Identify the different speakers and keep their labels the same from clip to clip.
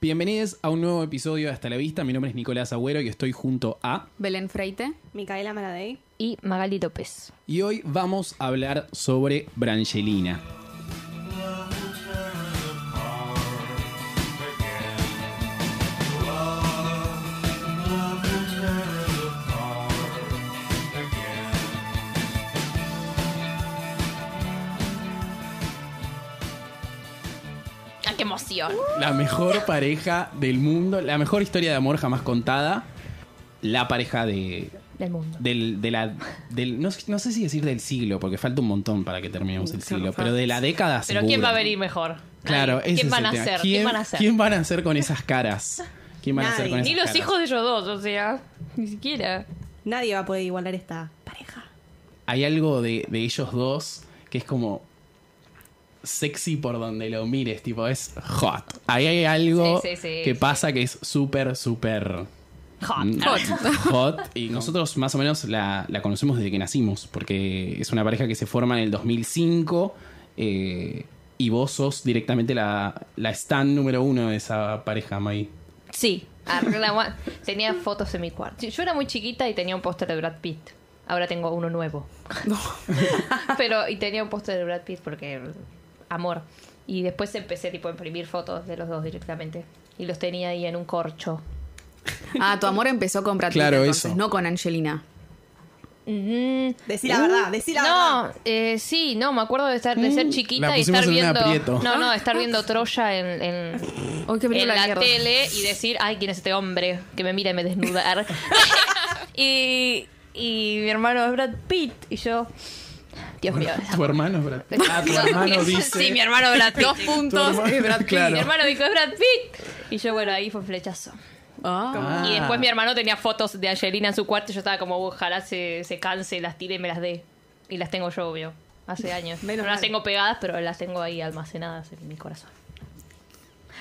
Speaker 1: Bienvenidos a un nuevo episodio de Hasta la Vista. Mi nombre es Nicolás Agüero y estoy junto a...
Speaker 2: Belén Freite.
Speaker 3: Micaela Maradei.
Speaker 4: y Magali López.
Speaker 1: Y hoy vamos a hablar sobre Brangelina.
Speaker 4: ¡Ah, qué emoción!
Speaker 1: La mejor pareja del mundo, la mejor historia de amor jamás contada. La pareja de...
Speaker 4: Del mundo.
Speaker 1: Del, de la, del, no, sé- no sé si decir del siglo, porque falta un montón para que terminemos el siglo,
Speaker 2: Claro,
Speaker 1: pero de la década
Speaker 5: Pero
Speaker 1: seguro.
Speaker 5: ¿quién va a venir mejor?
Speaker 1: Claro,
Speaker 5: Nadie.
Speaker 1: ese
Speaker 5: ¿Quién
Speaker 1: es
Speaker 5: van
Speaker 1: el
Speaker 5: a
Speaker 1: tema.
Speaker 5: hacer?
Speaker 1: ¿Quién,
Speaker 5: ¿Quién van a hacer?
Speaker 1: quién van a hacer con esas caras? ¿Quién van a hacer
Speaker 3: Nadie.
Speaker 1: con esas
Speaker 5: Ni los
Speaker 1: caras?
Speaker 5: hijos de ellos dos, o sea, ni siquiera.
Speaker 3: Nadie va a poder igualar esta pareja.
Speaker 1: hay algo de, de ellos dos que es como sexy por donde lo mires, tipo, es hot. Ahí hay algo
Speaker 5: Sí, sí, sí,
Speaker 1: que
Speaker 5: sí.
Speaker 1: pasa que es súper, súper
Speaker 5: Hot.
Speaker 1: mm, hot. Y nosotros más o menos la, la conocemos desde que nacimos, porque es una pareja que se forma en el 2005 eh, y vos sos directamente la, la stand número uno de esa pareja, May.
Speaker 4: Sí, ah, arreglamos- tenía fotos en mi cuarto. Sí, Yo era muy chiquita y tenía un póster de Brad Pitt. Ahora tengo uno nuevo. Pero, y tenía un póster de Brad Pitt porque amor. Y después empecé tipo a imprimir fotos de los dos directamente. Y los tenía ahí en un corcho.
Speaker 6: Ah, tu amor empezó con Brad Pitt,
Speaker 1: Claro,
Speaker 6: entonces,
Speaker 1: eso.
Speaker 6: no con Angelina.
Speaker 4: Mm,
Speaker 5: Mm-hmm.
Speaker 3: Decí la verdad, decí la verdad. Mm.
Speaker 4: no, eh, sí, no, me acuerdo de estar de ser chiquita
Speaker 1: La
Speaker 4: y estar
Speaker 1: pusimos en un
Speaker 4: viendo.
Speaker 1: aprieto.
Speaker 4: No,
Speaker 3: Ah.
Speaker 4: no, estar viendo Troya en, en,
Speaker 6: Ay, qué
Speaker 4: en
Speaker 6: película de
Speaker 4: la
Speaker 6: mierda.
Speaker 4: tele y decir, ay, ¿quién es este hombre que me mira y me desnuda? Ar. y, y mi hermano es Brad Pitt y yo, Dios mío.
Speaker 1: Tu hermano, Brad. Ah, tu
Speaker 4: No,
Speaker 1: hermano
Speaker 4: eso
Speaker 1: dice.
Speaker 4: Sí, mi hermano Brad Pitt.
Speaker 6: Dos puntos
Speaker 1: hermano-
Speaker 6: y Brad Pitt.
Speaker 1: claro.
Speaker 4: Mi hermano dijo, es Brad Pitt. Y yo, bueno, ahí fue flechazo.
Speaker 6: Ah.
Speaker 1: Ah.
Speaker 4: Y después mi hermano tenía fotos de Angelina en su cuarto y yo estaba como, ojalá se, se canse, las tire y me las dé. Y las tengo yo, obvio, hace años.
Speaker 3: Menos
Speaker 4: no las
Speaker 3: mal.
Speaker 4: tengo pegadas, pero las tengo ahí almacenadas en mi corazón.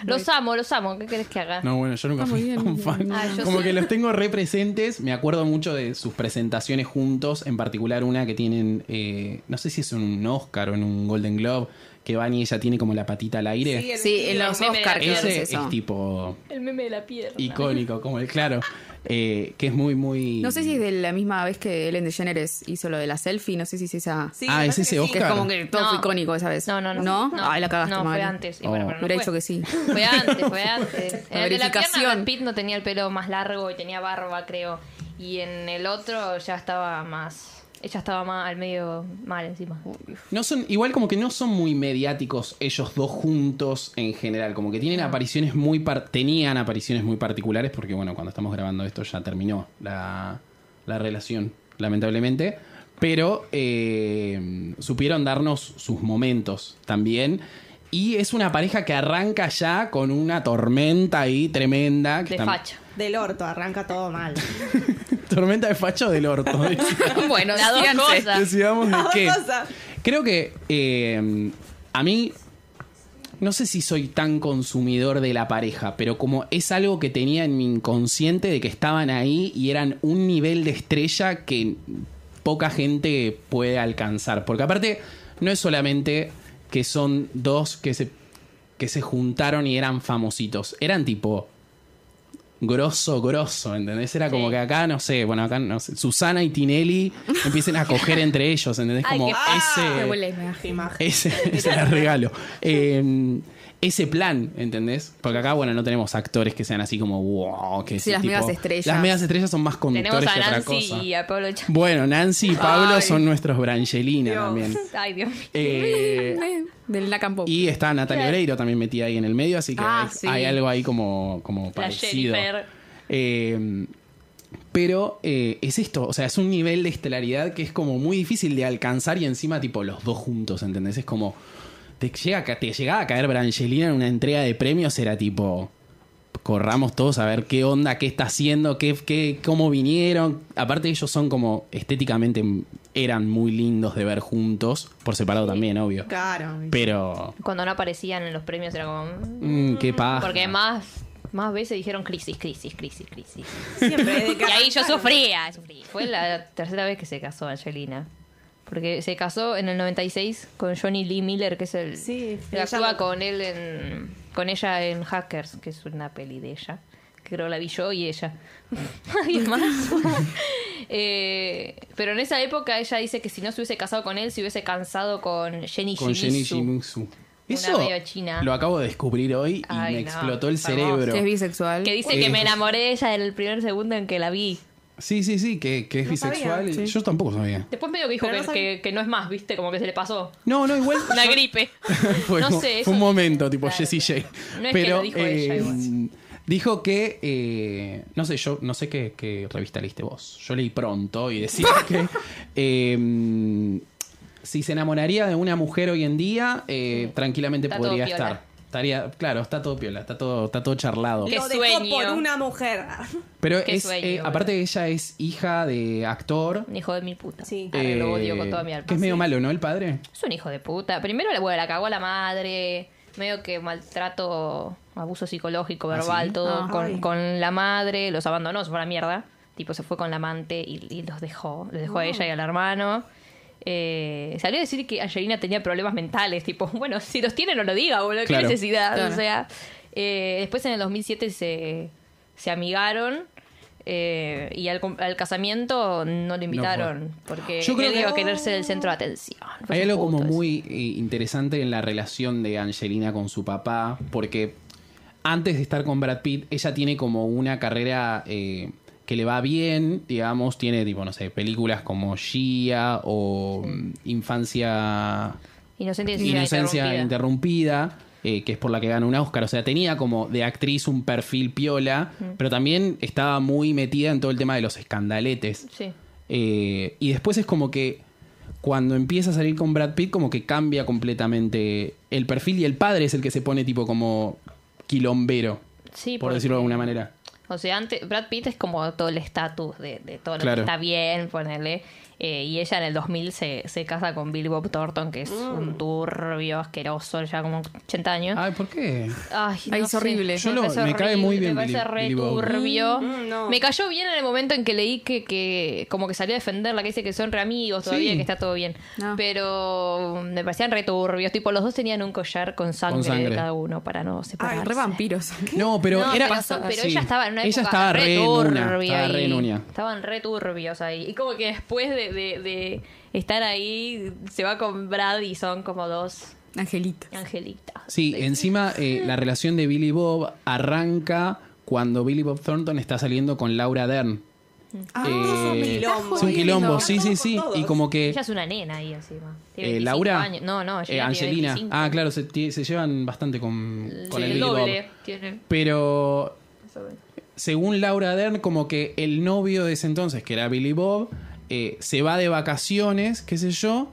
Speaker 4: Los amo, los amo. ¿Qué querés que haga?
Speaker 1: No, bueno, yo nunca fui tan fan.
Speaker 4: Ah, yo
Speaker 1: Como
Speaker 4: sí.
Speaker 1: que los tengo representes. Me acuerdo mucho de sus presentaciones juntos. En particular, una que tienen. eh, no sé si es un Oscar o en un Golden Globe. Que van y ella tiene como la patita al aire.
Speaker 3: Sí, el
Speaker 6: Sí, en
Speaker 3: vestido.
Speaker 6: los
Speaker 4: meme de
Speaker 6: Oscars
Speaker 4: Claro,
Speaker 1: Ese
Speaker 6: es
Speaker 1: es,
Speaker 6: eso.
Speaker 1: tipo
Speaker 4: El meme de la pierna.
Speaker 1: icónico, como el claro. eh, que es muy, muy.
Speaker 6: No sé si es de la misma vez que Ellen DeGeneres hizo lo de la selfie, no sé si es esa...
Speaker 3: Sí,
Speaker 1: Ah,
Speaker 3: me
Speaker 1: es
Speaker 3: parece
Speaker 1: ese
Speaker 3: que
Speaker 6: Que es
Speaker 1: Oscar.
Speaker 6: como que todo
Speaker 4: No.
Speaker 6: fue icónico esa vez.
Speaker 4: No, no, no.
Speaker 6: ¿No? Ay, la cagaste,
Speaker 4: No,
Speaker 6: Magali.
Speaker 4: fue antes. Y
Speaker 1: Oh.
Speaker 4: bueno, pero no
Speaker 6: Hubiera dicho
Speaker 4: fue.
Speaker 6: que sí.
Speaker 4: Fue antes, fue antes. En
Speaker 6: La
Speaker 4: el de la pierna,
Speaker 6: verificación.
Speaker 4: Brad Pitt no tenía el pelo más largo y tenía barba, creo. Y en el otro ya estaba más... Ella estaba más al medio mal encima.
Speaker 1: No son, igual como que no son muy mediáticos ellos dos juntos en general, como que tienen apariciones muy par- tenían apariciones muy particulares porque bueno, cuando estamos grabando esto ya terminó la, la relación, lamentablemente, pero eh, supieron darnos sus momentos también. Y es una pareja que arranca ya con una tormenta ahí tremenda. que
Speaker 4: De
Speaker 1: tam-
Speaker 4: facha.
Speaker 3: Del orto, arranca todo mal.
Speaker 1: Tormenta de facho del orto.
Speaker 6: bueno,
Speaker 4: Las dos
Speaker 6: síganse.
Speaker 4: cosas.
Speaker 1: Decidamos de
Speaker 3: Las dos
Speaker 1: qué.
Speaker 3: cosas.
Speaker 1: Creo que eh, a mí no sé si soy tan consumidor de la pareja, pero como es algo que tenía en mi inconsciente de que estaban ahí y eran un nivel de estrella que poca gente puede alcanzar. Porque aparte, no es solamente que son dos que se, que se juntaron y eran famositos. Eran tipo grosso, grosso, ¿entendés? Era como
Speaker 4: Sí.
Speaker 1: que acá, no sé, bueno, acá, no sé, Susana y Tinelli empiecen a coger entre ellos, ¿entendés?
Speaker 4: Ay,
Speaker 1: Como
Speaker 4: qué-
Speaker 1: ese...
Speaker 6: Me huele, me da-
Speaker 3: Imagen.
Speaker 1: Ese, se la regalo. Eh, ese plan, ¿entendés? Porque acá, bueno, no tenemos actores que sean así como wow,
Speaker 6: Sí,
Speaker 1: que ese
Speaker 6: las
Speaker 1: tipo-
Speaker 6: megas estrellas.
Speaker 1: Las megas estrellas son más
Speaker 4: Tenemos
Speaker 1: conductores
Speaker 4: a
Speaker 1: que otra
Speaker 4: Nancy
Speaker 1: cosa.
Speaker 4: y a Pablo Echan-
Speaker 1: Bueno, Nancy y Pablo
Speaker 6: Ay.
Speaker 1: son nuestros Brangelina
Speaker 3: Dios.
Speaker 1: también.
Speaker 4: Ay, Dios mío.
Speaker 1: Eh,
Speaker 6: Eh, Del Nacampo.
Speaker 1: y está Natalia Oreiro también metida ahí en el medio, así que
Speaker 6: Ah,
Speaker 1: hay,
Speaker 6: sí.
Speaker 1: hay algo ahí como, como
Speaker 4: La
Speaker 1: parecido.
Speaker 4: Jennifer.
Speaker 1: Eh, pero eh, es esto, o sea, es un nivel de estelaridad que es como muy difícil de alcanzar y encima tipo los dos juntos, ¿entendés? Es como, te, llega, a ca- te llegaba a caer Brangelina en una entrega de premios, era tipo, corramos todos a ver qué onda, qué está haciendo, qué, qué, cómo vinieron. Aparte ellos son como estéticamente eran muy lindos de ver juntos, por separado también, obvio.
Speaker 3: Claro.
Speaker 1: Pero,
Speaker 4: Cuando no aparecían en los premios era como... mm,
Speaker 1: mm, qué paja.
Speaker 4: Porque más, más veces dijeron crisis, crisis, crisis, crisis.
Speaker 3: Siempre desde
Speaker 4: Y
Speaker 3: que
Speaker 4: ahí yo
Speaker 3: arrancaron.
Speaker 4: sufría, sufrí. Fue la tercera vez que se casó Angelina. Porque se casó en el 96 con Johnny Lee Miller, que es el
Speaker 3: Sí,
Speaker 4: que
Speaker 3: ella
Speaker 4: actúa
Speaker 3: lo-
Speaker 4: con él en con ella en Hackers, que es una peli de ella. Que creo la vi yo y ella. Nadie más. Eh, pero en esa época ella dice que si no se hubiese casado con él, se hubiese cansado con Jenny
Speaker 1: con Jenny
Speaker 4: Shimizu.
Speaker 1: Shimizu.
Speaker 4: Una
Speaker 1: Eso
Speaker 4: medio china.
Speaker 1: lo acabo de descubrir hoy y
Speaker 4: Ay,
Speaker 1: me
Speaker 4: no,
Speaker 1: explotó el
Speaker 4: hermoso.
Speaker 1: cerebro.
Speaker 6: Que es bisexual.
Speaker 4: Que dice
Speaker 1: Eh.
Speaker 4: que me enamoré de ella en el primer segundo en que la vi.
Speaker 1: Sí, sí, sí, que, que es
Speaker 3: No sabía,
Speaker 1: bisexual. y-
Speaker 3: sí.
Speaker 1: Yo tampoco sabía.
Speaker 4: Después medio que dijo
Speaker 3: Pero
Speaker 4: que
Speaker 3: no
Speaker 4: no,
Speaker 3: sabía-
Speaker 4: que, que no es más, ¿viste? Como que se le pasó.
Speaker 1: No, no, igual.
Speaker 4: Una gripe.
Speaker 1: fue,
Speaker 4: No
Speaker 1: un-
Speaker 4: sé,
Speaker 1: fue
Speaker 4: eso
Speaker 1: un
Speaker 4: no-
Speaker 1: momento, tipo
Speaker 4: claro,
Speaker 1: Jessie
Speaker 4: claro.
Speaker 1: J.
Speaker 4: No es que
Speaker 1: Pero eh,
Speaker 4: lo dijo ella igual.
Speaker 1: dijo que eh, no sé, yo no sé qué, qué revista leíste vos. Yo leí pronto y decía que eh, si se enamoraría de una mujer hoy en día, eh, tranquilamente
Speaker 4: Mm. Está todo
Speaker 1: podría
Speaker 4: piola.
Speaker 1: estar. Estaría, claro, está todo piola, está todo, está todo charlado.
Speaker 4: Qué
Speaker 3: Lo dejó
Speaker 4: sueño.
Speaker 3: por una mujer. Ah,
Speaker 1: Pero
Speaker 4: Qué
Speaker 1: es,
Speaker 4: sueño,
Speaker 1: eh,
Speaker 4: boludo.
Speaker 1: aparte ella es hija de actor.
Speaker 4: Un hijo de mi puta.
Speaker 3: Sí.
Speaker 4: Arre, Ah, lo odio
Speaker 1: eh,
Speaker 4: con toda mi alma.
Speaker 1: Que es medio
Speaker 4: Sí.
Speaker 1: malo, ¿no? El padre.
Speaker 4: Es un hijo de puta. Primero, bueno, la cagó a la madre. Medio que maltrato, abuso psicológico,
Speaker 1: ¿Ah,
Speaker 4: verbal,
Speaker 1: sí?
Speaker 4: todo
Speaker 3: Ajá.
Speaker 4: con, con la madre. Los abandonó, se fue a la mierda. Tipo, se fue con la amante y, y los dejó. Les dejó a ella y al hermano. Eh, salió a decir que Angelina tenía problemas mentales. Tipo, bueno, si los tiene, no lo diga, boludo.
Speaker 1: Claro.
Speaker 4: Qué necesidad.
Speaker 6: Claro.
Speaker 4: O sea, eh, después en el 2007 se, se amigaron. eh, y al, cum- al casamiento no lo invitaron porque
Speaker 1: Yo creo
Speaker 4: él
Speaker 1: que- Oh.
Speaker 4: iba a querer ser el centro de atención. Fue
Speaker 1: Hay
Speaker 4: un
Speaker 1: algo como
Speaker 4: puto ese.
Speaker 1: muy eh, interesante en la relación de Angelina con su papá, porque antes de estar con Brad Pitt, ella tiene como una carrera eh, que le va bien, digamos, tiene tipo, no sé, películas como Gia o mm, Infancia
Speaker 4: Inocente y
Speaker 1: Inocencia
Speaker 4: interrumpida.
Speaker 1: Interrumpida, eh, que es por la que gana un Oscar. O sea, tenía como de actriz un perfil piola, pero también estaba muy metida en todo el tema de los escandaletes.
Speaker 4: Sí.
Speaker 1: Eh, y después es como que cuando empieza a salir con Brad Pitt, como que cambia completamente el perfil y el padre es el que se pone tipo como quilombero,
Speaker 4: Sí,
Speaker 1: por
Speaker 4: porque-
Speaker 1: decirlo de alguna manera.
Speaker 4: O sea, antes Brad Pitt es como todo el estatus de, de todo lo
Speaker 1: Claro.
Speaker 4: que está bien, ponerle. y ella en el 2000 se, se casa con Billy Bob Thornton, que es un turbio, asqueroso, ya como 80 años.
Speaker 1: Ay, ¿por qué?
Speaker 4: Ay,
Speaker 6: Ay,
Speaker 4: no
Speaker 6: es
Speaker 4: sé.
Speaker 6: horrible.
Speaker 1: Yo lo-
Speaker 4: parece
Speaker 1: me cae
Speaker 4: horrible,
Speaker 1: muy bien
Speaker 4: Me parece
Speaker 1: Billy-
Speaker 4: re
Speaker 1: Billy Bob.
Speaker 4: turbio.
Speaker 3: Mm, no.
Speaker 4: Me cayó bien en el momento en que leí que, que como que salió a defenderla, que dice que son re amigos todavía,
Speaker 1: Sí.
Speaker 4: que está todo bien.
Speaker 6: No.
Speaker 4: Pero mm, me parecían re turbios. Tipo, los dos tenían un collar con sangre,
Speaker 1: sangre.
Speaker 4: de cada uno para no separarse.
Speaker 6: Ay, re vampiros.
Speaker 1: No, pero
Speaker 4: No,
Speaker 1: era.
Speaker 4: pero, son- pero
Speaker 1: Ah, sí.
Speaker 4: ella estaba en una
Speaker 1: Ella
Speaker 4: época
Speaker 1: estaba re en
Speaker 4: turbia.
Speaker 1: una, estaba re
Speaker 4: ahí.
Speaker 1: en una.
Speaker 4: Estaban re turbios ahí. Y como que después de, de- de estar ahí, se va con Brad y son como dos
Speaker 6: Angelita.
Speaker 4: angelitas.
Speaker 1: Sí, encima eh, la relación de Billy Bob arranca cuando Billy Bob Thornton está saliendo con Laura Dern.
Speaker 3: Ah,
Speaker 1: Eh,
Speaker 3: eso es un quilombo.
Speaker 1: Es un quilombo, sí,
Speaker 3: Están
Speaker 1: sí,
Speaker 3: todos
Speaker 1: sí.
Speaker 3: con
Speaker 1: Y
Speaker 3: todos.
Speaker 1: como que...
Speaker 4: Ella es una nena ahí encima. Tiene
Speaker 1: Eh,
Speaker 4: 25
Speaker 1: Laura.
Speaker 4: años. No, no,
Speaker 1: eh,
Speaker 4: ella tiene
Speaker 1: Angelina.
Speaker 4: 25.
Speaker 1: Ah, claro, se, tie- se llevan bastante con, con
Speaker 4: Sí,
Speaker 1: el
Speaker 4: el
Speaker 1: Billy Bob.
Speaker 4: doble tiene.
Speaker 1: Pero según Laura Dern, como que el novio de ese entonces, que era Billy Bob, eh, se va de vacaciones, qué sé yo,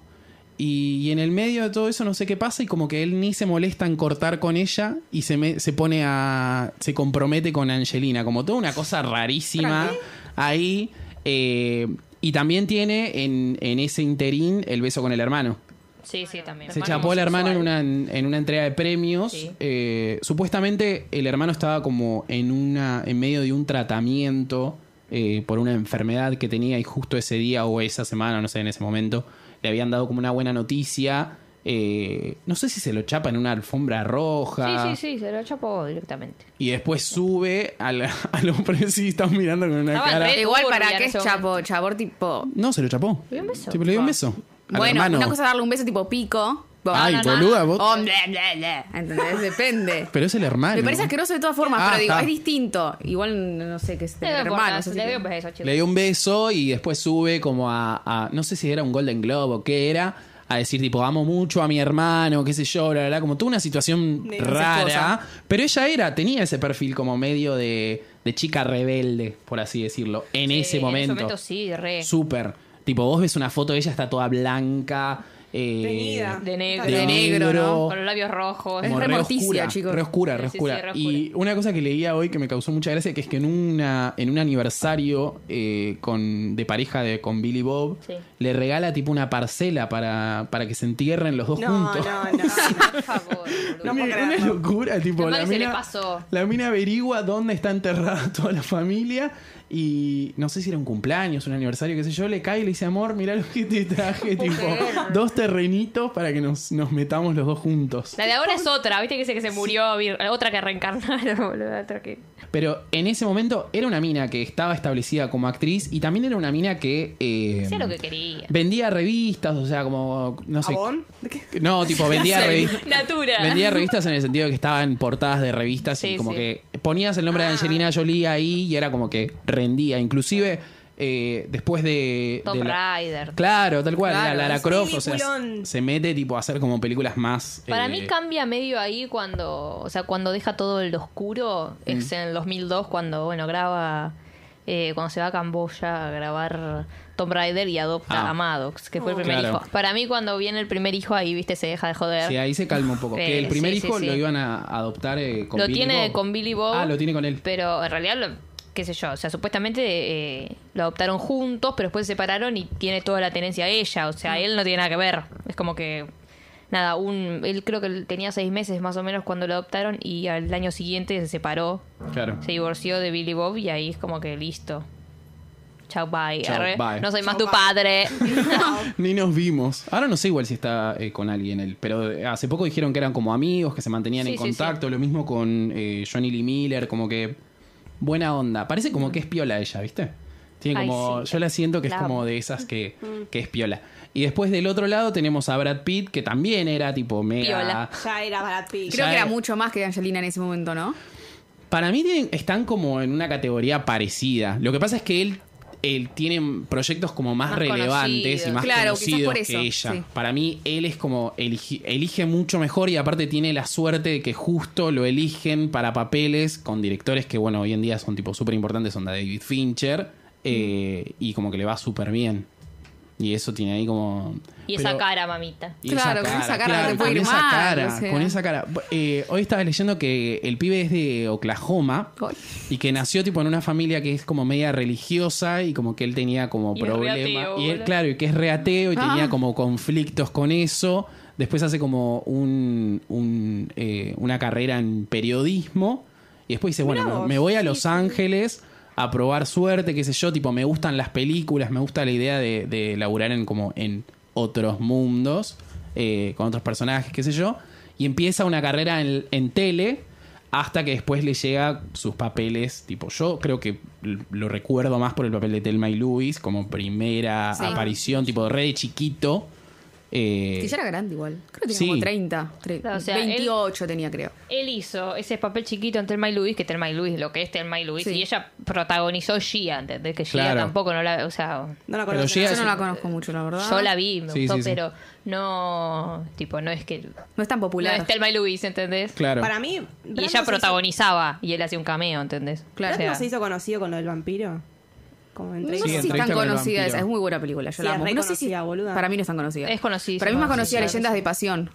Speaker 1: y, y en el medio de todo eso no sé qué pasa, y como que él ni se molesta en cortar con ella y se, me- se pone a. se compromete con Angelina, como toda una cosa rarísima ahí. eh, y también tiene en, en ese interín el beso con el hermano.
Speaker 4: Sí, sí, también.
Speaker 1: Se
Speaker 4: Hermano
Speaker 1: chapó el hermano en
Speaker 4: homosexual.
Speaker 1: una, en una entrega de premios.
Speaker 4: Sí.
Speaker 1: Eh, supuestamente el hermano estaba como en una en medio de un tratamiento eh, por una enfermedad que tenía y justo ese día o esa semana, no sé, en ese momento, le habían dado como una buena noticia. Eh, no sé si se lo chapa en una alfombra roja.
Speaker 4: Sí, sí, sí, se lo chapó directamente.
Speaker 1: Y después sube al, a los precios y están mirando con una
Speaker 4: Estaba
Speaker 1: cara.
Speaker 4: re-
Speaker 6: Igual para
Speaker 4: turbia
Speaker 6: qué
Speaker 4: en
Speaker 6: es
Speaker 4: ese
Speaker 6: chapo, chabor tipo.
Speaker 1: No, se lo chapó.
Speaker 4: Le dio un beso.
Speaker 1: Tipo, le dio un beso. al
Speaker 6: Bueno,
Speaker 1: hermano.
Speaker 6: una cosa es darle un beso tipo pico. bo-
Speaker 1: Ay,
Speaker 6: no, no,
Speaker 1: boluda,
Speaker 6: no.
Speaker 1: vos-
Speaker 6: O bla, bla, bla, ¿Entendés? Depende.
Speaker 1: Pero es el hermano.
Speaker 6: Me parece asqueroso de todas formas,
Speaker 1: Ah,
Speaker 6: pero digo,
Speaker 1: está.
Speaker 6: es distinto. Igual no sé qué es
Speaker 4: Le
Speaker 6: tener
Speaker 4: dio
Speaker 6: hermanos.
Speaker 4: importancia,
Speaker 6: así
Speaker 4: le
Speaker 6: que-
Speaker 4: dio un beso, chicos.
Speaker 1: Le dio un beso y después sube como a, a- No sé si era un Golden Globe o qué era. A decir, tipo, amo mucho a mi hermano, qué sé yo, bla, bla, bla. Como toda una situación
Speaker 3: De
Speaker 1: rara. Pero ella era, tenía ese perfil como medio de, de chica rebelde, por así decirlo. En
Speaker 4: Sí,
Speaker 1: ese momento.
Speaker 4: En ese momento sí, re.
Speaker 1: Súper. Tipo, vos ves una foto de ella, está toda blanca. eh,
Speaker 3: Teñida.
Speaker 5: De negro.
Speaker 1: de
Speaker 5: De
Speaker 1: negro,
Speaker 2: negro, ¿no?
Speaker 5: Con los labios rojos.
Speaker 4: Pues
Speaker 2: Es
Speaker 1: como
Speaker 2: re
Speaker 1: re
Speaker 2: morticia,
Speaker 1: oscura,
Speaker 2: chicos.
Speaker 1: re oscura, re
Speaker 5: Sí, sí,
Speaker 1: oscura.
Speaker 5: sí, re
Speaker 1: Y una cosa que leía hoy que me causó mucha gracia, que es que en una en un aniversario eh, con de pareja de con Billy Bob
Speaker 4: Sí.
Speaker 1: le regala tipo una parcela para, para que se entierren los dos
Speaker 3: No,
Speaker 1: juntos.
Speaker 3: no, no.
Speaker 4: Por favor,
Speaker 3: No
Speaker 4: boludo.
Speaker 3: puedo
Speaker 1: una
Speaker 3: creerlo.
Speaker 1: locura, tipo
Speaker 4: Capaz
Speaker 1: la
Speaker 4: que se le
Speaker 1: mina,
Speaker 4: pasó.
Speaker 1: la mina averigua dónde está enterrada toda la familia y no sé si era un cumpleaños, un aniversario, qué sé yo, le cae y le dice, amor, mirá lo que te traje, tipo, dos terrenitos para que nos, nos metamos los dos juntos.
Speaker 5: La de ahora es otra, viste que dice que se murió, vir- otra que reencarnaron, boludo, otra que...
Speaker 1: Pero en ese momento era una mina que estaba establecida como actriz y también era una mina que. eh,
Speaker 4: Hacía lo que quería.
Speaker 1: Vendía revistas, o sea, como. No sé.
Speaker 3: ¿Abón? ¿De qué?
Speaker 1: No, tipo, vendía revistas.
Speaker 5: Natura.
Speaker 1: Vendía revistas en el sentido de que estaban portadas de revistas y
Speaker 5: Sí,
Speaker 1: como
Speaker 5: sí.
Speaker 1: que ponías el
Speaker 4: Ah.
Speaker 1: nombre de Angelina Jolie ahí y era como que rendía. Inclusive eh, después de...
Speaker 4: Tomb
Speaker 1: de la-
Speaker 4: Rider.
Speaker 1: Claro, tal cual.
Speaker 2: Claro,
Speaker 1: la Lara
Speaker 3: es
Speaker 1: Croft, o sea,
Speaker 3: peliculón.
Speaker 1: se mete tipo a hacer como películas más...
Speaker 4: Para
Speaker 1: eh,
Speaker 4: mí cambia medio ahí cuando, o sea, cuando deja todo el oscuro,
Speaker 1: Mm.
Speaker 4: es en el 2002 cuando, bueno, graba, eh, cuando se va a Camboya a grabar Tomb Raider y adopta
Speaker 1: Ah.
Speaker 4: a Maddox, que fue el
Speaker 1: Oh.
Speaker 4: primer
Speaker 1: Claro.
Speaker 4: hijo. Para mí cuando viene el primer hijo ahí, viste, se deja de joder.
Speaker 1: Sí, ahí se calma un poco. que
Speaker 4: Eh,
Speaker 1: el primer
Speaker 4: sí, sí,
Speaker 1: hijo
Speaker 4: sí.
Speaker 1: lo iban a adoptar eh, con
Speaker 4: lo
Speaker 1: Billy
Speaker 4: tiene
Speaker 1: Bob.
Speaker 4: con Billy Bob.
Speaker 1: Ah, lo tiene con él.
Speaker 4: Pero en realidad, lo- qué sé yo, o sea, supuestamente eh, lo adoptaron juntos, pero después se separaron y tiene toda la tenencia a ella, o sea, él no tiene nada que ver. Es como que, nada, un él creo que tenía seis meses más o menos cuando lo adoptaron y al año siguiente se separó,
Speaker 1: Claro.
Speaker 4: se divorció de Billy Bob y ahí es como que listo. Chao, bye.
Speaker 1: Chau,
Speaker 4: arre.
Speaker 1: bye.
Speaker 4: No soy más
Speaker 3: Chau,
Speaker 4: tu
Speaker 3: bye.
Speaker 4: padre.
Speaker 1: Ni nos vimos. Ahora no sé igual si está eh, con alguien él, pero eh, hace poco dijeron que eran como amigos, que se mantenían
Speaker 4: Sí,
Speaker 1: en
Speaker 4: sí,
Speaker 1: contacto. Lo mismo con eh, Johnny Lee Miller, como que buena onda. Parece como que es piola ella, ¿viste? Tiene
Speaker 4: Ay,
Speaker 1: como,
Speaker 4: sí.
Speaker 1: yo la siento que es
Speaker 4: La
Speaker 1: como
Speaker 4: amo. Mm.
Speaker 1: de esas que, que es piola. Y después del otro lado tenemos a Brad Pitt, que también era tipo mega...
Speaker 4: Piola.
Speaker 3: Ya era Brad
Speaker 1: Ya
Speaker 3: Pitt.
Speaker 2: Creo que era
Speaker 1: es-
Speaker 2: mucho más que Angelina en ese momento, ¿no?
Speaker 1: Para mí tienen- están como en una categoría parecida. Lo que pasa es que él, él tiene proyectos como más,
Speaker 4: Más
Speaker 1: relevantes y
Speaker 4: conocidos.
Speaker 1: más
Speaker 2: Claro, quizás
Speaker 1: conocidos
Speaker 2: por
Speaker 1: que
Speaker 2: eso,
Speaker 1: ella.
Speaker 2: sí.
Speaker 1: Para mí él es como eligi- elige mucho mejor y aparte tiene la suerte de que justo lo eligen para papeles con directores que bueno hoy en día son tipo súper importantes, son David Fincher eh, y como que le va súper bien. Y eso tiene ahí como...
Speaker 4: Y esa
Speaker 1: Pero-
Speaker 4: cara, mamita.
Speaker 1: y
Speaker 2: Claro, con esa cara
Speaker 1: claro,
Speaker 2: no te puede
Speaker 1: con
Speaker 2: ir
Speaker 1: esa
Speaker 2: mal,
Speaker 1: cara,
Speaker 2: o sea.
Speaker 1: con esa cara. Eh, hoy estaba leyendo que el pibe es de Oklahoma
Speaker 2: Ay.
Speaker 1: y que nació tipo en una familia que es como media religiosa y como que él tenía como
Speaker 5: Y es
Speaker 1: problemas.
Speaker 5: reateo,
Speaker 1: Y él,
Speaker 5: boludo.
Speaker 1: claro, y que es reateo y
Speaker 2: Ah.
Speaker 1: tenía como conflictos con eso. Después hace como un, un, eh, una carrera en periodismo y después dice, bueno,
Speaker 3: Mirá
Speaker 1: me-
Speaker 3: vos.
Speaker 1: me voy a Los Ángeles a probar suerte, qué sé yo, tipo, me gustan las películas, me gusta la idea de, de laburar en como en otros mundos, eh, con otros personajes, qué sé yo, y empieza una carrera en, en tele hasta que después le llega sus papeles, tipo, yo creo que l- lo recuerdo más por el papel de Telma y Luis, como primera
Speaker 2: Sí.
Speaker 1: aparición, tipo, re de chiquito. eh,
Speaker 2: Que ya era grande igual. Creo que tenía
Speaker 1: Sí.
Speaker 2: como 30. tre-
Speaker 4: Claro, o sea, él-
Speaker 2: 28 tenía, creo.
Speaker 4: Él hizo ese papel chiquito en Thelma y Luis, que Thelma y Luis, lo que es Thelma y Luis,
Speaker 2: Sí.
Speaker 4: y ella protagonizó Gia, ¿entendés? Que Gia
Speaker 1: Claro.
Speaker 4: tampoco no la... O sea,
Speaker 3: No la
Speaker 1: Pero
Speaker 3: conozco.
Speaker 1: llega-
Speaker 2: Yo no la conozco mucho, la verdad.
Speaker 4: yo la vi, me
Speaker 1: Sí,
Speaker 4: gustó,
Speaker 1: sí, sí.
Speaker 4: pero no... Tipo, no es que...
Speaker 2: No es tan
Speaker 4: No
Speaker 2: popular.
Speaker 4: es Thelma y Luis, ¿entendés?
Speaker 1: Claro.
Speaker 3: Para mí.
Speaker 4: Y ella protagonizaba, y él hacía un cameo, ¿entendés?
Speaker 2: Claro.
Speaker 3: Claro.
Speaker 4: O sea,
Speaker 3: no se hizo conocido con lo del vampiro? Como
Speaker 2: No
Speaker 3: entre
Speaker 2: sé
Speaker 1: Sí,
Speaker 2: si es tan
Speaker 1: entrevista con el
Speaker 2: conocida
Speaker 1: vampiro.
Speaker 2: esa. Es muy buena película, yo
Speaker 3: Sí,
Speaker 2: la
Speaker 3: es
Speaker 2: amo.
Speaker 3: re
Speaker 2: No sé si-
Speaker 3: conocida, boluda.
Speaker 2: Para mí no es tan conocida.
Speaker 4: Es conocidísima.
Speaker 2: Para mí es más conocida
Speaker 4: Sí, sí,
Speaker 2: Leyendas
Speaker 4: sí.
Speaker 2: de Pasión.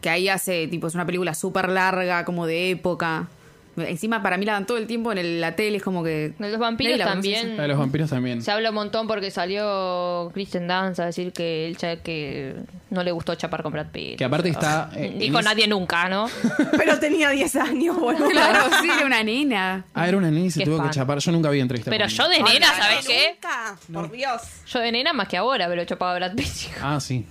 Speaker 2: Que ahí hace, tipo, es una película súper larga, como de época. Encima, para mí la dan todo el tiempo en el- la tele, es como que.
Speaker 4: Los vampiros
Speaker 2: Nadie la conoce,
Speaker 4: también...
Speaker 1: La de los vampiros también.
Speaker 4: Se habla un montón porque salió Kristen Dance a decir que él cha- que no le gustó chapar con Brad Pitt.
Speaker 1: Que aparte está, eh, en
Speaker 4: Dijo
Speaker 1: ese-
Speaker 4: nadie nunca, ¿no?
Speaker 3: Pero tenía 10 años, boludo.
Speaker 2: Claro, sí, era una nena.
Speaker 1: Ah, era una niña y se
Speaker 4: Qué
Speaker 1: tuvo
Speaker 4: fan.
Speaker 1: que chapar. Yo nunca vi entrevista.
Speaker 4: Pero
Speaker 1: con
Speaker 4: yo
Speaker 1: él.
Speaker 4: de nena, ¿sabes qué?
Speaker 3: Nunca, por Dios.
Speaker 4: Yo de nena más que ahora, pero he chapado a Brad Pitt. hijo.
Speaker 1: Ah, sí.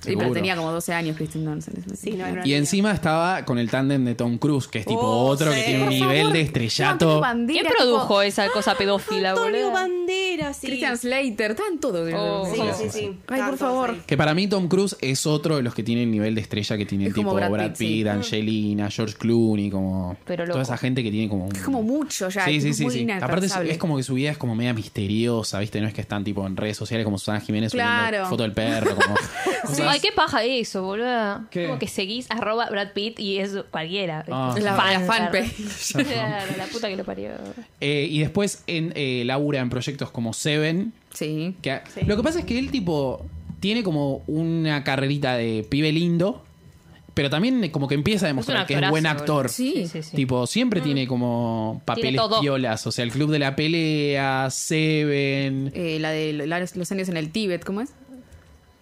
Speaker 2: Sí, pero
Speaker 1: Seguro.
Speaker 2: tenía como 12 años Kristen Dunst. en ese-
Speaker 3: Sí, no, era una
Speaker 1: Y
Speaker 3: niña.
Speaker 1: encima estaba con el tándem de Tom Cruise, que es tipo
Speaker 3: Oh,
Speaker 1: otro que
Speaker 3: sí.
Speaker 1: tiene un
Speaker 3: Por
Speaker 1: nivel de
Speaker 2: Antonio
Speaker 1: estrellato.
Speaker 2: Banderas,
Speaker 4: ¿Quién
Speaker 2: tipo, "Ah,
Speaker 4: produjo esa cosa pedófila,
Speaker 3: Antonio
Speaker 4: boludo?
Speaker 3: Banderas, sí.
Speaker 2: Christian Slater, estaban todos.
Speaker 4: Oh.
Speaker 3: Sí,
Speaker 4: Banderas.
Speaker 3: sí, sí.
Speaker 2: Ay, por
Speaker 3: Tantos
Speaker 2: favor.
Speaker 3: ahí.
Speaker 1: Que para mí Tom Cruise es otro de los que tiene el nivel de estrella que tiene
Speaker 2: Es como
Speaker 1: tipo
Speaker 2: Brad
Speaker 1: Brad,
Speaker 2: Pitt,
Speaker 1: Pitt,
Speaker 2: sí. Mm.
Speaker 1: Angelina, George Clooney, como
Speaker 4: Pero loco.
Speaker 1: toda esa gente que tiene como un-
Speaker 2: Es como mucho ya.
Speaker 1: Sí,
Speaker 2: tipo,
Speaker 1: sí,
Speaker 2: es
Speaker 1: sí,
Speaker 2: muy
Speaker 1: sí. Aparte es,
Speaker 2: inalcanzable.
Speaker 1: es como que su vida es como media misteriosa, ¿viste? No es que están tipo en redes sociales como Susana Jiménez
Speaker 2: Claro.
Speaker 1: subiendo foto del perro, como cosas-
Speaker 4: Ay, qué paja eso, boludo.
Speaker 1: ¿Qué?
Speaker 4: Como que seguís arroba Brad Pitt y es cualquiera.
Speaker 1: Ah.
Speaker 2: La,
Speaker 4: Fan,
Speaker 2: la
Speaker 4: claro.
Speaker 2: fanpage.
Speaker 4: Claro, la puta que lo parió.
Speaker 1: Eh, y después en eh, labura en proyectos como Seven,
Speaker 2: Sí.
Speaker 1: Que- Lo que pasa es que él, tipo, tiene como una carrerita de pibe lindo, pero también como que empieza a demostrar que es
Speaker 4: actorazo,
Speaker 1: buen
Speaker 4: boludo.
Speaker 1: actor.
Speaker 4: Sí, sí, sí.
Speaker 1: Tipo, siempre tiene como papeles
Speaker 4: todo.
Speaker 1: piolas. O sea, el Club de la Pelea, Seven,
Speaker 2: Eh, la de lo- la- los años en el Tíbet, ¿cómo es?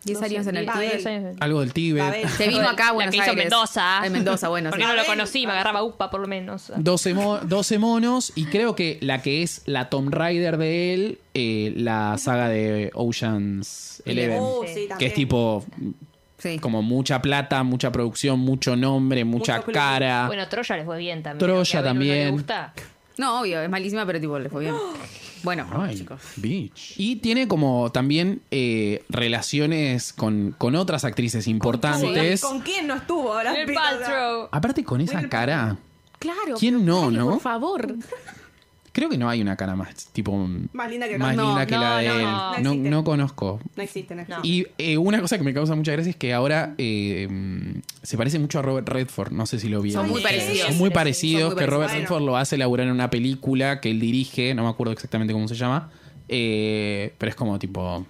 Speaker 2: Diez
Speaker 4: No sé,
Speaker 2: años en el
Speaker 4: diez-
Speaker 2: Tíbet.
Speaker 4: diez años en el-
Speaker 1: algo del Tíbet.
Speaker 3: Babel.
Speaker 2: Te vino acá, a
Speaker 4: La
Speaker 2: Buenos
Speaker 4: que hizo
Speaker 2: Aires.
Speaker 4: Mendoza.
Speaker 2: En Mendoza, bueno,
Speaker 4: Porque
Speaker 2: sí.
Speaker 4: no lo conocí, me agarraba UPA por lo menos.
Speaker 1: 12, mo- 12 monos y creo que la que es la Tomb Raider de él, eh, la saga de Ocean's Eleven.
Speaker 3: Oh, sí,
Speaker 1: que
Speaker 3: también.
Speaker 1: es tipo mm,
Speaker 2: Sí.
Speaker 1: como mucha plata, mucha producción, mucho nombre, mucha
Speaker 3: Mucho culo.
Speaker 1: cara.
Speaker 4: Bueno, Troya les fue bien también.
Speaker 1: Ah. Troya
Speaker 4: aunque a Belu no le
Speaker 1: también.
Speaker 4: gusta.
Speaker 2: No, obvio, es malísima, pero tipo, le fue bien. Bueno, chicos.
Speaker 1: Y tiene como también eh, relaciones con, con otras actrices importantes.
Speaker 3: ¿Con quién no estuvo ahora?
Speaker 4: El Paltrow.
Speaker 1: Aparte con esa cara,
Speaker 2: Claro.
Speaker 1: ¿Quién no,
Speaker 2: dale,
Speaker 1: no?
Speaker 2: Por favor.
Speaker 1: creo que no hay una cara más tipo más
Speaker 3: Más linda que
Speaker 1: linda
Speaker 3: no.
Speaker 2: No,
Speaker 1: que la
Speaker 4: no,
Speaker 1: de
Speaker 4: no,
Speaker 1: él.
Speaker 4: no.
Speaker 1: No,
Speaker 3: existe.
Speaker 1: no conozco.
Speaker 3: No existe, no existe.
Speaker 1: Y eh, una cosa que me causa mucha gracia es que ahora eh, mm, se parece mucho a Robert Redford. No sé si lo vieron.
Speaker 2: Son muy
Speaker 1: Eh,
Speaker 2: parecidos.
Speaker 1: Son muy parecidos.
Speaker 2: Son muy
Speaker 1: que
Speaker 2: parecidos.
Speaker 1: Robert
Speaker 3: Bueno.
Speaker 1: Redford lo hace laburar en una película que él dirige. No me acuerdo exactamente cómo se llama. eh, pero es como tipo.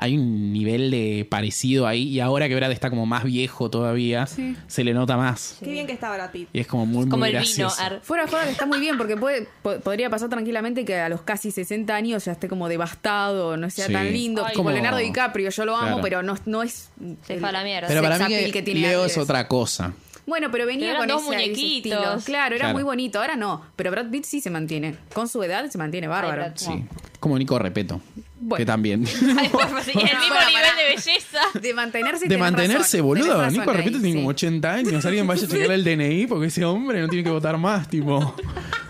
Speaker 1: Hay un nivel de parecido ahí. Y ahora que Brad está como más viejo todavía, se le nota más.
Speaker 3: Qué bien que está Brad Pitt.
Speaker 1: Y es como muy,
Speaker 4: Como
Speaker 1: muy
Speaker 4: el vino.
Speaker 1: gracioso.
Speaker 4: ar-
Speaker 2: Fuera de joda, está muy bien porque puede, po- podría pasar tranquilamente que a los casi 60 años ya esté como devastado, no sea
Speaker 1: Sí.
Speaker 2: tan lindo.
Speaker 1: Ay,
Speaker 2: como
Speaker 1: como-
Speaker 2: Leonardo DiCaprio, yo lo amo,
Speaker 1: Claro.
Speaker 2: pero no, no es.
Speaker 4: Se
Speaker 2: el-
Speaker 4: fue a la mierda.
Speaker 1: Pero
Speaker 2: sex
Speaker 1: para mí
Speaker 2: appeal
Speaker 1: que,
Speaker 2: que tiene
Speaker 1: Leo
Speaker 2: Ángeles.
Speaker 1: es otra cosa.
Speaker 2: Bueno, pero venía
Speaker 4: Pero
Speaker 2: con
Speaker 4: eran dos
Speaker 2: ese, ese
Speaker 4: muñequitos.
Speaker 2: estilo. Claro, era
Speaker 1: Claro.
Speaker 2: muy bonito. Ahora no. Pero Brad Pitt sí se mantiene. Con su edad se mantiene bárbaro.
Speaker 4: Brad Pitt.
Speaker 1: Sí. Como Nico Repeto. Que
Speaker 2: Bueno.
Speaker 1: también.
Speaker 4: Ay, por favor, sí, el mismo
Speaker 2: Bueno,
Speaker 4: nivel
Speaker 2: pará.
Speaker 4: de belleza.
Speaker 2: De mantenerse.
Speaker 1: De
Speaker 2: tenés
Speaker 1: mantenerse,
Speaker 2: razón, tenés
Speaker 1: boludo.
Speaker 2: razón
Speaker 1: Nico, de
Speaker 2: ahí,
Speaker 1: repente tiene
Speaker 2: sí.
Speaker 1: como 80 años. Alguien vaya a checar el DNI porque ese hombre no tiene que votar más, tipo.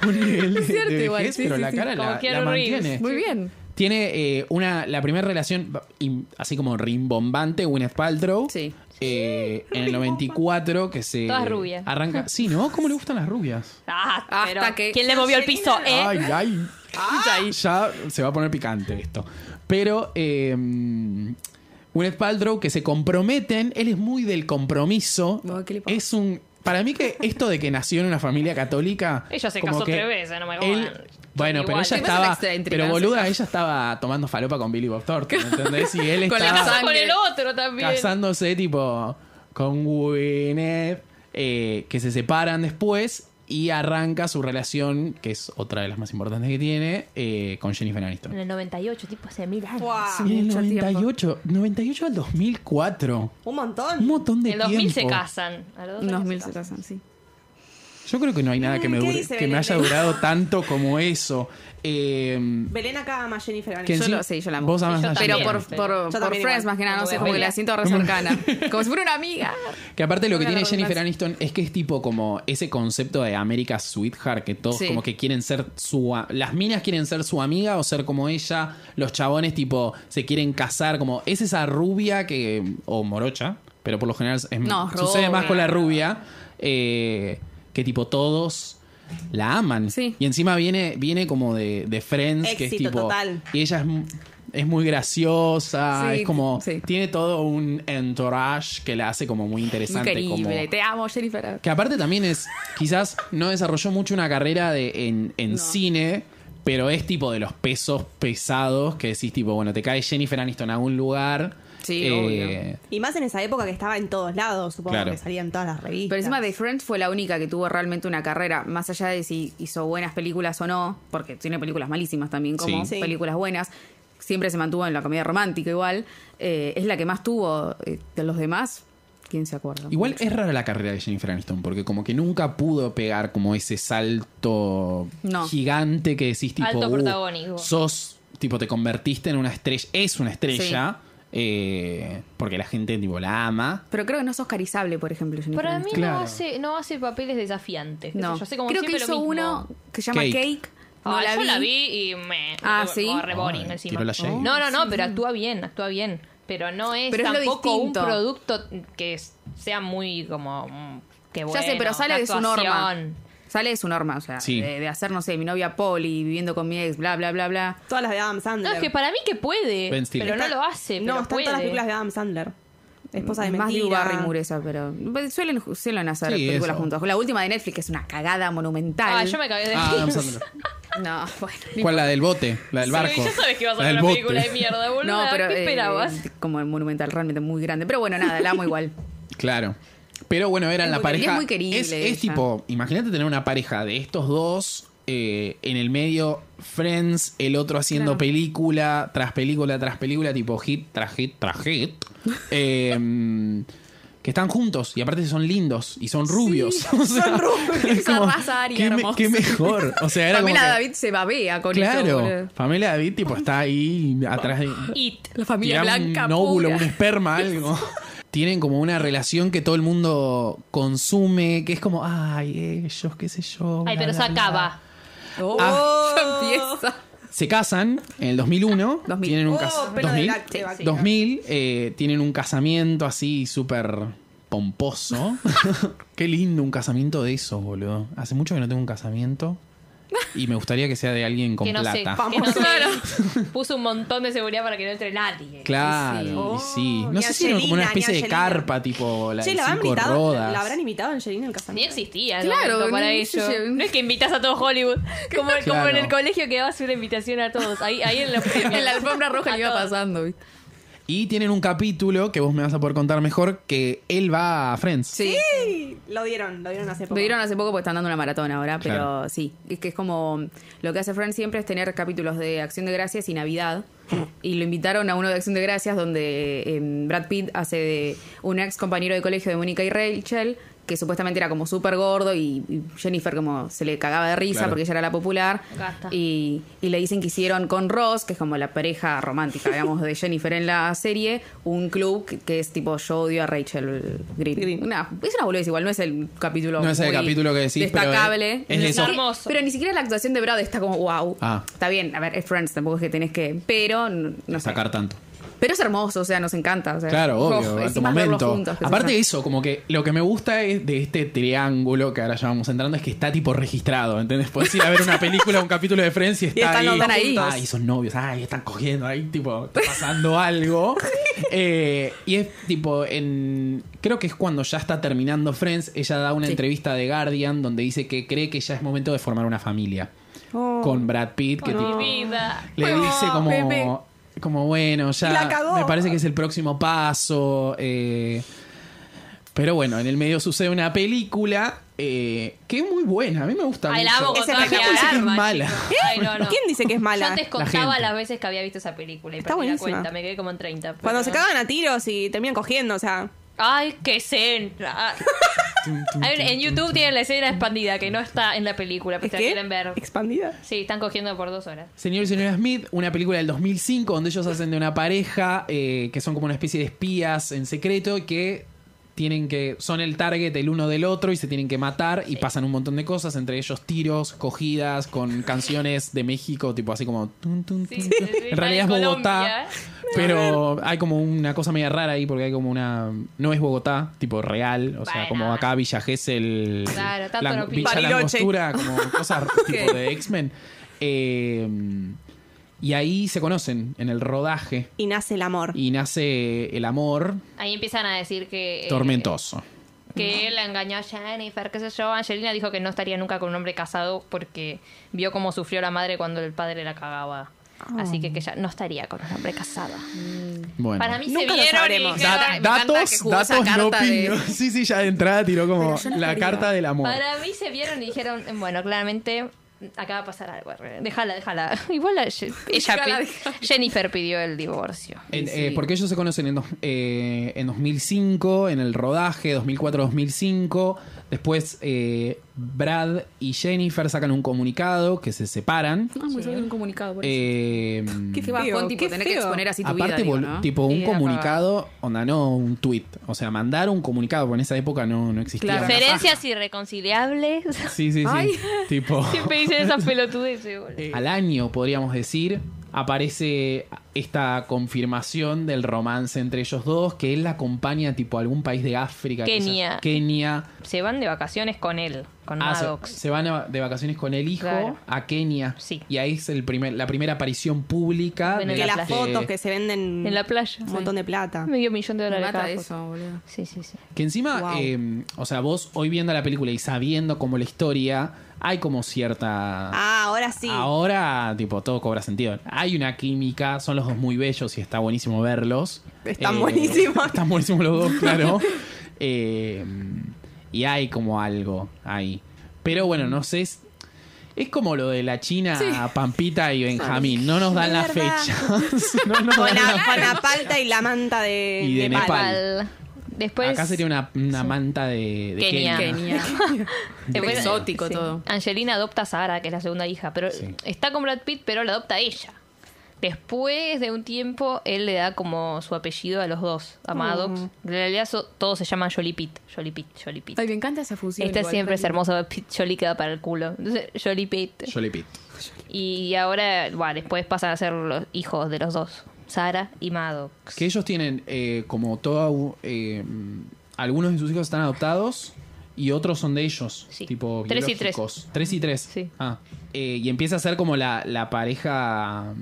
Speaker 1: Un nivel de,
Speaker 2: cierto,
Speaker 1: de
Speaker 2: igual,
Speaker 1: vejez,
Speaker 2: sí,
Speaker 1: pero
Speaker 2: sí,
Speaker 1: la
Speaker 2: sí.
Speaker 1: cara
Speaker 4: Como
Speaker 1: la,
Speaker 4: Keanu
Speaker 1: la mantiene.
Speaker 4: Reeves.
Speaker 2: Muy bien.
Speaker 1: Tiene eh, una, la primera relación, im- así como rimbombante, Gwyneth Paltrow.
Speaker 2: Sí.
Speaker 1: eh, en el 94, que se.
Speaker 4: Todas rubias.
Speaker 1: Arranca. Sí, ¿no? ¿Cómo le gustan las rubias?
Speaker 4: Ah,
Speaker 2: Hasta
Speaker 4: pero
Speaker 2: que-
Speaker 4: ¿Quién le movió el piso? ¿Eh?
Speaker 1: Ay, ay. Ya se va a poner picante esto. Pero eh, Gwyneth Paltrow que se comprometen, él es muy del compromiso.
Speaker 2: No, ¿qué le pasa?
Speaker 1: es un para mí que esto de que nació en una familia católica.
Speaker 4: Ella se
Speaker 1: como
Speaker 4: casó
Speaker 1: que
Speaker 4: tres veces, no me jodan.
Speaker 1: él- bueno, pero ella
Speaker 4: Igual. Igual es
Speaker 2: una
Speaker 1: estaba.
Speaker 2: extra intriga,
Speaker 1: Pero
Speaker 2: sí.
Speaker 1: boluda, ella estaba tomando falopa con Billy Bob Thornton, ¿entendés? Y él
Speaker 2: Con la
Speaker 1: estaba
Speaker 2: sangre.
Speaker 4: Con el otro también.
Speaker 1: casándose tipo con Gwyneth, eh, que se separan después y arranca su relación, que es otra de las más importantes que tiene, eh, con Jennifer Aniston.
Speaker 4: En el 98, tipo hace mil años.
Speaker 3: Guau,
Speaker 1: Sí, en el
Speaker 2: mucho tiempo.
Speaker 1: 98, 98 al 2004.
Speaker 3: Un
Speaker 1: Un
Speaker 3: montón.
Speaker 1: montón de
Speaker 4: En el 2000 se
Speaker 1: tiempo.
Speaker 4: casan. A los dos
Speaker 2: Unos
Speaker 4: años
Speaker 2: mil
Speaker 4: se
Speaker 2: se
Speaker 4: casan.
Speaker 2: casan, sí.
Speaker 1: Yo creo que no hay nada que me,
Speaker 3: ¿Qué
Speaker 1: dure-
Speaker 3: dice
Speaker 1: que me
Speaker 3: Belén?
Speaker 1: haya durado tanto como eso. Eh,
Speaker 3: Belén acá ama a Jennifer
Speaker 1: que
Speaker 3: Aniston.
Speaker 2: Yo
Speaker 1: encima-
Speaker 2: lo- sí, yo la amo.
Speaker 1: Vos amás
Speaker 4: Sí, yo
Speaker 1: a
Speaker 4: también.
Speaker 2: Pero
Speaker 1: Jennifer.
Speaker 2: por, por,
Speaker 3: Yo
Speaker 2: por
Speaker 3: también
Speaker 2: Friends,
Speaker 3: igual.
Speaker 2: más que nada, no
Speaker 4: Como
Speaker 2: sé,
Speaker 4: de
Speaker 2: como que
Speaker 4: Amelia.
Speaker 2: la siento re cercana. Como si fuera una amiga.
Speaker 1: Que aparte lo que
Speaker 2: Una
Speaker 1: tiene
Speaker 2: redundancia.
Speaker 1: Jennifer Aniston es que es tipo como ese concepto de America Sweetheart, que todos
Speaker 2: Sí.
Speaker 1: como que quieren ser su... a- Las minas quieren ser su amiga o ser como ella, los chabones tipo se quieren casar, como es esa rubia que... o morocha, pero por lo general es-
Speaker 2: No,
Speaker 1: sucede más
Speaker 2: rubia.
Speaker 1: con la rubia, eh, que tipo todos la aman.
Speaker 2: Sí.
Speaker 1: Y encima viene, viene como de, de Friends, que es
Speaker 3: Éxito
Speaker 1: tipo...
Speaker 3: total.
Speaker 1: Y ella es... mu- Es muy graciosa,
Speaker 2: Sí,
Speaker 1: es como...
Speaker 2: sí.
Speaker 1: Tiene todo un entourage que la hace como muy interesante
Speaker 2: Muy
Speaker 1: interesante, como-
Speaker 2: querible. Te amo, Jennifer.
Speaker 1: que aparte también es, quizás no desarrolló mucho una carrera de, en, en cine, pero es tipo de los pesos pesados que decís tipo, bueno, te cae Jennifer Aniston a un lugar. eh,
Speaker 2: Sí, obvio.
Speaker 3: Y más en esa época que estaba en todos lados, supongo
Speaker 1: Claro.
Speaker 3: que salía en todas las revistas.
Speaker 2: Pero encima de Friends fue la única que tuvo realmente una carrera, más allá de si hizo buenas películas o no, porque tiene películas malísimas también, como
Speaker 1: Sí.
Speaker 3: Sí.
Speaker 2: películas buenas. Siempre se mantuvo en la comedia romántica igual. Eh, es la que más tuvo eh, de los demás. ¿Quién se acuerda?
Speaker 1: Igual es rara la carrera de Jennifer Aniston, porque como que nunca pudo pegar como ese salto
Speaker 2: No.
Speaker 1: gigante que decís tipo,
Speaker 4: Alto
Speaker 1: "Uh,
Speaker 4: protagónico".
Speaker 1: sos, tipo, te convertiste en una estrella, es una estrella, eh, porque la gente tipo la ama.
Speaker 2: Pero creo que no es oscarizable, por ejemplo. Jennifer
Speaker 4: Para mí
Speaker 2: Aniston.
Speaker 1: Claro.
Speaker 4: no, hace, no hace papeles desafiantes. qué sé
Speaker 2: no.
Speaker 4: Yo sé como
Speaker 2: creo que
Speaker 4: siempre lo
Speaker 2: hizo
Speaker 4: mismo.
Speaker 2: uno que se llama
Speaker 1: Cake.
Speaker 2: Cake. No
Speaker 4: Ah,
Speaker 2: la
Speaker 4: yo
Speaker 2: vi.
Speaker 4: la vi y me.
Speaker 2: Ah,
Speaker 4: me-
Speaker 2: ¿sí?
Speaker 4: como re boring
Speaker 1: Ay,
Speaker 4: encima.
Speaker 1: tiró la shade.
Speaker 4: No, no, no, pero actúa bien, actúa bien. Pero no es
Speaker 2: Pero es lo
Speaker 4: tampoco un
Speaker 2: distinto.
Speaker 4: producto que es- sea muy como. mm, Qué bueno,
Speaker 2: ya sé, pero sale
Speaker 4: qué
Speaker 2: de su norma.
Speaker 4: actuación.
Speaker 2: Sale de su norma, o sea,
Speaker 1: Sí.
Speaker 2: de, de hacer, no sé, mi novia Polly, viviendo con mi ex, bla, bla, bla, bla.
Speaker 3: Todas las de Adam Sandler.
Speaker 4: No, es que para mí que puede,
Speaker 1: Ben Stiller.
Speaker 4: pero no lo hace.
Speaker 3: No,
Speaker 4: pero
Speaker 3: están
Speaker 4: puede.
Speaker 3: todas las películas de Adam Sandler. Esposa de
Speaker 2: Más
Speaker 3: mentira.
Speaker 2: Drew y esa, pero pues, suelen, suelen hacer
Speaker 1: Sí,
Speaker 2: películas
Speaker 1: eso.
Speaker 2: juntos. La última de Netflix es una cagada monumental.
Speaker 4: Ah, yo me cagué de
Speaker 1: Ah, Adam Sandler.
Speaker 2: No, bueno.
Speaker 1: ¿Cuál? La del bote, la del
Speaker 4: Sí,
Speaker 1: barco.
Speaker 4: ya sabes que ibas a
Speaker 1: La del
Speaker 4: ver una
Speaker 1: bote.
Speaker 4: película de mierda, boludo.
Speaker 2: No, pero
Speaker 4: ¿Qué
Speaker 2: eh,
Speaker 4: esperabas?
Speaker 2: como el monumental realmente muy grande. Pero bueno, nada, la amo igual.
Speaker 1: Claro. Pero bueno, eran
Speaker 2: Es
Speaker 1: la
Speaker 2: muy
Speaker 1: pareja.
Speaker 2: querible, es muy querible
Speaker 1: es, es
Speaker 2: ella.
Speaker 1: tipo, imagínate tener una pareja de estos dos eh, en el medio, Friends, el otro haciendo película tras película tras película, tipo hit tras hit tras hit. Eh, que están juntos y aparte son lindos y son rubios. O sea,
Speaker 2: son rubios,
Speaker 1: es
Speaker 2: esa raza aria
Speaker 1: qué, me-
Speaker 2: hermosa.
Speaker 1: qué mejor. O sea, era como.
Speaker 2: Pamela
Speaker 1: que-
Speaker 2: David se babea con eso.
Speaker 1: Claro,
Speaker 2: boludo.
Speaker 1: Pamela David tipo está ahí atrás de
Speaker 4: It.
Speaker 2: La familia
Speaker 1: tirá
Speaker 2: blanca.
Speaker 1: un óvulo,
Speaker 2: pura.
Speaker 1: un esperma, algo. Tienen como una relación que todo el mundo consume, que es como, ay, ellos, qué sé yo.
Speaker 4: Ay,
Speaker 1: bla,
Speaker 4: pero
Speaker 1: bla,
Speaker 4: se
Speaker 1: bla".
Speaker 4: acaba.
Speaker 2: Oh,
Speaker 4: Ah,
Speaker 2: ya empieza.
Speaker 1: Se casan en el 2001.
Speaker 2: 2000.
Speaker 1: Tienen un
Speaker 3: Oh,
Speaker 1: cas-
Speaker 3: pelo
Speaker 1: 2000,
Speaker 3: de la- de vaquero.
Speaker 1: 2000, eh, tienen un casamiento así súper pomposo. qué lindo un casamiento de esos, boludo. Hace mucho que no tengo un casamiento. Y me gustaría que sea de alguien con
Speaker 4: Que no sé.
Speaker 1: plata.
Speaker 4: Que no sé. Puso un montón de seguridad para que no entre nadie.
Speaker 1: Claro, y sí.
Speaker 3: Oh,
Speaker 1: No
Speaker 3: ni
Speaker 1: sé si era como
Speaker 3: Angelina,
Speaker 1: una
Speaker 3: ni
Speaker 1: especie de
Speaker 3: Angelina.
Speaker 1: carpa, tipo la
Speaker 3: Che,
Speaker 1: de
Speaker 3: ¿la habrán,
Speaker 1: cinco
Speaker 3: invitado,
Speaker 1: rodas.
Speaker 3: la habrán invitado a Angelina al
Speaker 4: Ni
Speaker 3: casamiento.
Speaker 4: existía
Speaker 2: Claro,
Speaker 4: claro, para
Speaker 2: no
Speaker 4: ello.
Speaker 2: se-
Speaker 4: No es que invitas a todo Hollywood. Como, como en el colegio que dabas una invitación a todos. Ahí, ahí en la,
Speaker 2: En la alfombra roja le iba pasando. ¿viste?
Speaker 1: Y tienen un capítulo que vos me vas a poder contar mejor que él va a Friends.
Speaker 2: Sí.
Speaker 3: Sí, lo dieron, lo dieron hace poco.
Speaker 2: Lo dieron hace poco porque están dando una maratón ahora, pero
Speaker 1: Claro.
Speaker 2: sí. Es que es como. Lo que hace Friends siempre es tener capítulos de Acción de Gracias y Navidad. Y lo invitaron a uno de Acción de Gracias donde eh, Brad Pitt hace de un ex compañero de colegio de Mónica y Rachel, que supuestamente era como súper gordo y y Jennifer como se le cagaba de risa
Speaker 1: Claro.
Speaker 2: porque ella era la popular.
Speaker 4: Gasta.
Speaker 2: Y, y le dicen que hicieron con Ross, que es como la pareja romántica, digamos, de Jennifer en la serie, un club que, que es tipo yo odio a Rachel Green.
Speaker 3: Green.
Speaker 2: Una- es una boludez igual, no es el capítulo
Speaker 1: No es el
Speaker 2: muy
Speaker 1: capítulo que decís, pero
Speaker 2: Destacable.
Speaker 1: es- es de
Speaker 2: Ni
Speaker 1: esos-
Speaker 2: siquiera-
Speaker 4: Hermoso.
Speaker 2: Pero ni siquiera la actuación de Brad está como wow.
Speaker 1: Ah.
Speaker 2: Está bien, a ver, es Friends, tampoco es que tenés que. Pero, no no sé.
Speaker 1: Sacar tanto.
Speaker 2: Pero es hermoso, o sea, nos encanta. o sea,
Speaker 1: Claro,
Speaker 2: oh,
Speaker 1: obvio, en tu
Speaker 2: encima verlos
Speaker 1: momento.
Speaker 2: juntos, qué sé
Speaker 1: Aparte de
Speaker 2: yo.
Speaker 1: eso, como que lo que me gusta es de este triángulo que ahora ya vamos entrando es que está tipo registrado, ¿entendés? Podés ir a ver una película, un capítulo de Friends y está
Speaker 2: están los
Speaker 1: ahí.
Speaker 2: dos juntos.
Speaker 1: Ay, son novios, ay, están cogiendo, ahí tipo, está pasando algo. Eh, y es tipo, en creo que es cuando ya está terminando Friends, ella da una
Speaker 2: Sí.
Speaker 1: entrevista de Guardian donde dice que cree que ya es momento de formar una familia.
Speaker 3: Oh.
Speaker 1: Con Brad Pitt, que tipo,
Speaker 4: Mi vida.
Speaker 1: le dice como,
Speaker 2: bebé.
Speaker 1: como bueno,
Speaker 3: La
Speaker 1: ya
Speaker 3: cagó.
Speaker 1: me parece que es el próximo paso. eh, pero bueno, en el medio sucede una película eh, que es muy buena. A mí me gusta mucho.
Speaker 4: Ay, la amo con
Speaker 3: Ese
Speaker 4: toda mi
Speaker 3: reflejo
Speaker 1: Yo pensé que es
Speaker 4: alma,
Speaker 1: mala.
Speaker 4: chicos. Ay, no, no.
Speaker 3: ¿Quién dice que es
Speaker 4: Yo
Speaker 3: mala?
Speaker 4: antes
Speaker 1: La
Speaker 4: contaba
Speaker 1: gente.
Speaker 4: las veces que había visto esa película y
Speaker 3: Está
Speaker 4: perdí la
Speaker 3: buenísima.
Speaker 4: cuenta, me quedé como en 30. pero-
Speaker 3: Cuando se cagan a tiros y terminan cogiendo, o sea.
Speaker 4: Ay, qué escena. A ver, en YouTube tienen la escena expandida que no está en la película, pero
Speaker 3: ¿Es
Speaker 4: si la
Speaker 3: que?
Speaker 4: quieren ver.
Speaker 3: Expandida.
Speaker 4: Sí, están cogiendo por dos horas.
Speaker 1: Señor y señora Smith, una película del 2005 donde ellos hacen de una pareja eh, que son como una especie de espías en secreto y que tienen que son el target el uno del otro y se tienen que matar y pasan un montón de cosas entre ellos tiros cogidas con canciones de México tipo así como tun, tun,
Speaker 4: Sí,
Speaker 1: tun.
Speaker 4: sí, sí.
Speaker 1: en realidad es
Speaker 4: Colombia,
Speaker 1: Bogotá pero hay como una cosa media rara ahí porque hay como una no es Bogotá tipo real o sea
Speaker 4: Bueno.
Speaker 1: como acá Villa Gesell
Speaker 4: Claro, tanto
Speaker 1: Lang-
Speaker 4: no pinta.
Speaker 1: Villa
Speaker 3: Bariloche.
Speaker 1: Langostura como cosas tipo de X-Men Eh, y ahí se conocen en el rodaje
Speaker 3: Y nace el amor.
Speaker 1: y nace el amor
Speaker 4: Ahí empiezan a decir que. eh,
Speaker 1: tormentoso.
Speaker 4: Que él engañó a Jennifer, qué sé yo. Angelina dijo que no estaría nunca con un hombre casado porque vio cómo sufrió la madre cuando el padre la cagaba. Así
Speaker 3: Ah.
Speaker 4: que que ella no estaría con un hombre casado.
Speaker 1: Bueno.
Speaker 4: Para mí se
Speaker 3: Nunca lo
Speaker 4: vieron y
Speaker 3: sabremos.
Speaker 4: dijeron-
Speaker 2: Da- me encanta que
Speaker 1: datos,
Speaker 2: jugó esa
Speaker 1: datos no
Speaker 2: carta de-
Speaker 1: opinión. Sí, sí, ya de entrada tiró como
Speaker 2: Pero yo no
Speaker 1: la
Speaker 2: estaría.
Speaker 1: carta del amor.
Speaker 4: Para mí se vieron y dijeron, bueno, claramente acaba de pasar algo. Déjala, déjala. Igual la- ella
Speaker 2: Déjala,
Speaker 4: pi- Jennifer pidió el divorcio.
Speaker 1: En-
Speaker 2: Sí.
Speaker 1: eh, porque ellos se conocen en, dos- eh, en 2005, en el rodaje, 2004-2005. Después eh, Brad y Jennifer sacan un comunicado que se separan.
Speaker 2: Ah, me salió un comunicado por eso.
Speaker 1: Eh,
Speaker 2: Qué
Speaker 3: feo,
Speaker 2: bajón, tipo,
Speaker 3: qué
Speaker 2: tener que
Speaker 3: feo.
Speaker 2: exponer así tu vida,
Speaker 1: aparte,
Speaker 2: digo,
Speaker 1: vol-
Speaker 2: ¿no?
Speaker 1: tipo, un
Speaker 4: Sí,
Speaker 1: comunicado, onda, no un tweet. O sea, mandar un comunicado, porque en esa época no, no existía.
Speaker 2: Claro.
Speaker 1: una
Speaker 4: Diferencias irreconciliables.
Speaker 1: paja. Sí, sí, sí.
Speaker 2: Ay.
Speaker 1: Tipo,
Speaker 4: Siempre dicen esas pelotudeces, boludo.
Speaker 1: al año, podríamos decir, aparece esta confirmación del romance entre ellos dos, que él la acompaña tipo a algún país de África. quizás
Speaker 4: Kenia.
Speaker 1: Kenia.
Speaker 4: Se van de vacaciones con él, con
Speaker 1: Ah, se-
Speaker 4: Maddox.
Speaker 1: se, van a- de vacaciones con el hijo
Speaker 4: Claro.
Speaker 1: a Kenia.
Speaker 4: Sí.
Speaker 1: Y ahí es el primer, la primera aparición pública.
Speaker 4: Bueno,
Speaker 1: de
Speaker 4: en
Speaker 3: Que
Speaker 4: la
Speaker 3: las
Speaker 4: playa.
Speaker 3: fotos que se venden
Speaker 4: En la playa.
Speaker 3: un montón de plata.
Speaker 4: Medio millón de
Speaker 2: Ah. Me
Speaker 4: dólares.
Speaker 2: mata
Speaker 4: cada foto.
Speaker 2: eso, boludo.
Speaker 4: Sí, sí, sí.
Speaker 1: Que encima,
Speaker 3: Wow.
Speaker 1: eh, o sea, vos hoy viendo la película y sabiendo como la historia, hay como cierta...
Speaker 3: Ah, ahora sí.
Speaker 1: Ahora, tipo, todo cobra sentido. Hay una química, son los dos muy bellos y está buenísimo verlos. Eh,
Speaker 3: Están buenísimos.
Speaker 1: Están buenísimos los dos, claro. Eh, y hay como algo ahí. Pero bueno, no sé. Es, es como lo de la China, Pampita y Benjamín. No nos dan
Speaker 3: Es
Speaker 1: las
Speaker 3: verdad.
Speaker 1: fechas. No nos
Speaker 3: Con
Speaker 1: dan
Speaker 3: la,
Speaker 1: las
Speaker 3: con la
Speaker 1: fechas.
Speaker 3: palta y la manta de,
Speaker 1: Y de
Speaker 3: de palta.
Speaker 1: Nepal.
Speaker 4: Al-
Speaker 3: Pues
Speaker 4: Después.
Speaker 1: Acá sería una, una manta de, de
Speaker 4: Kenia.
Speaker 1: Kenia.
Speaker 2: Kenia.
Speaker 4: Después-
Speaker 2: Exótico todo.
Speaker 4: eh, Angelina adopta a Sara, que es la segunda hija, pero
Speaker 1: Sí.
Speaker 4: está con Brad Pitt, pero la adopta a ella. Después de un tiempo, él le da como su apellido a los dos, a Maddox. En realidad so- todos se llaman Jolie Pitt, Jolie Pitt, Jolie Pitt.
Speaker 2: Mm. Ay, me encanta esa fusión.
Speaker 4: Esta
Speaker 2: igual.
Speaker 4: siempre es hermosa, Pitt- Jolie queda para el culo. Entonces, Jolie Pitt.
Speaker 1: Jolie Pitt.
Speaker 4: Y ahora, bueno, después pasan a ser los hijos de los dos, Sara y Maddox.
Speaker 1: Que ellos tienen eh, como toda... u- eh, algunos de sus hijos están adoptados y otros son de ellos.
Speaker 4: Sí.
Speaker 1: Tipo
Speaker 4: Tres y tres.
Speaker 1: biológicos. Tres y tres.
Speaker 4: Sí.
Speaker 1: Ah. Eh, y empieza a ser como la, la pareja...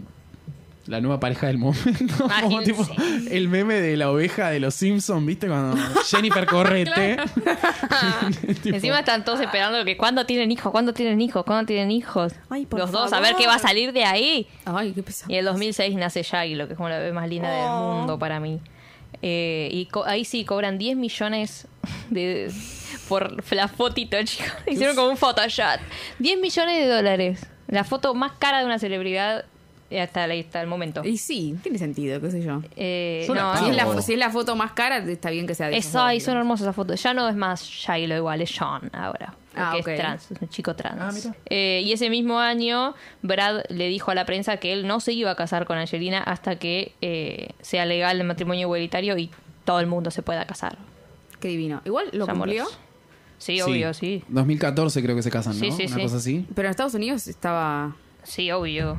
Speaker 1: La nueva pareja del momento. Como
Speaker 4: Imagínense.
Speaker 1: tipo el meme de la oveja de los Simpsons, ¿viste? Cuando Jennifer correte. Tipo,
Speaker 4: Ah. Encima están todos esperando que cuándo tienen hijos, cuándo tienen hijos, cuándo tienen hijos.
Speaker 3: Ay, por
Speaker 4: los dos, a ver
Speaker 3: favor.
Speaker 4: qué va a salir de ahí.
Speaker 2: Ay, qué pesado.
Speaker 4: Y en el 2006 nace Shaggy, lo que es como la bebé más linda del
Speaker 3: Oh.
Speaker 4: mundo para mí. Eh, y co- ahí sí cobran 10 millones de por la fotito, chicos. Hicieron como un Photoshop. 10 millones de dólares. La foto más cara de una celebridad hasta, el- hasta el momento.
Speaker 2: Y sí, tiene sentido, qué sé yo.
Speaker 4: Eh,
Speaker 1: Yo la
Speaker 4: no,
Speaker 1: pago.
Speaker 2: Si es, la,
Speaker 1: Bravo.
Speaker 2: fo- si es la foto más cara, está bien que sea de
Speaker 4: eso, ahí
Speaker 2: ahí
Speaker 4: son hermosas esas fotos. Ya no es más Shaggy lo igual, es Sean ahora. Porque
Speaker 2: Ah, ok.
Speaker 4: es trans, es un chico trans.
Speaker 1: Ah, mira.
Speaker 4: Eh, y ese mismo año, Brad le dijo a la prensa que él no se iba a casar con Angelina hasta que eh, sea legal el matrimonio igualitario y todo el mundo se pueda casar.
Speaker 2: Qué divino. Igual lo
Speaker 4: Ya,
Speaker 2: cumplió,
Speaker 4: amores. Sí, obvio, sí.
Speaker 1: 2014 creo que se casan, ¿no?
Speaker 4: Sí, sí,
Speaker 1: Una
Speaker 4: sí.
Speaker 1: cosa así.
Speaker 2: pero en Estados Unidos estaba...
Speaker 4: Sí, obvio.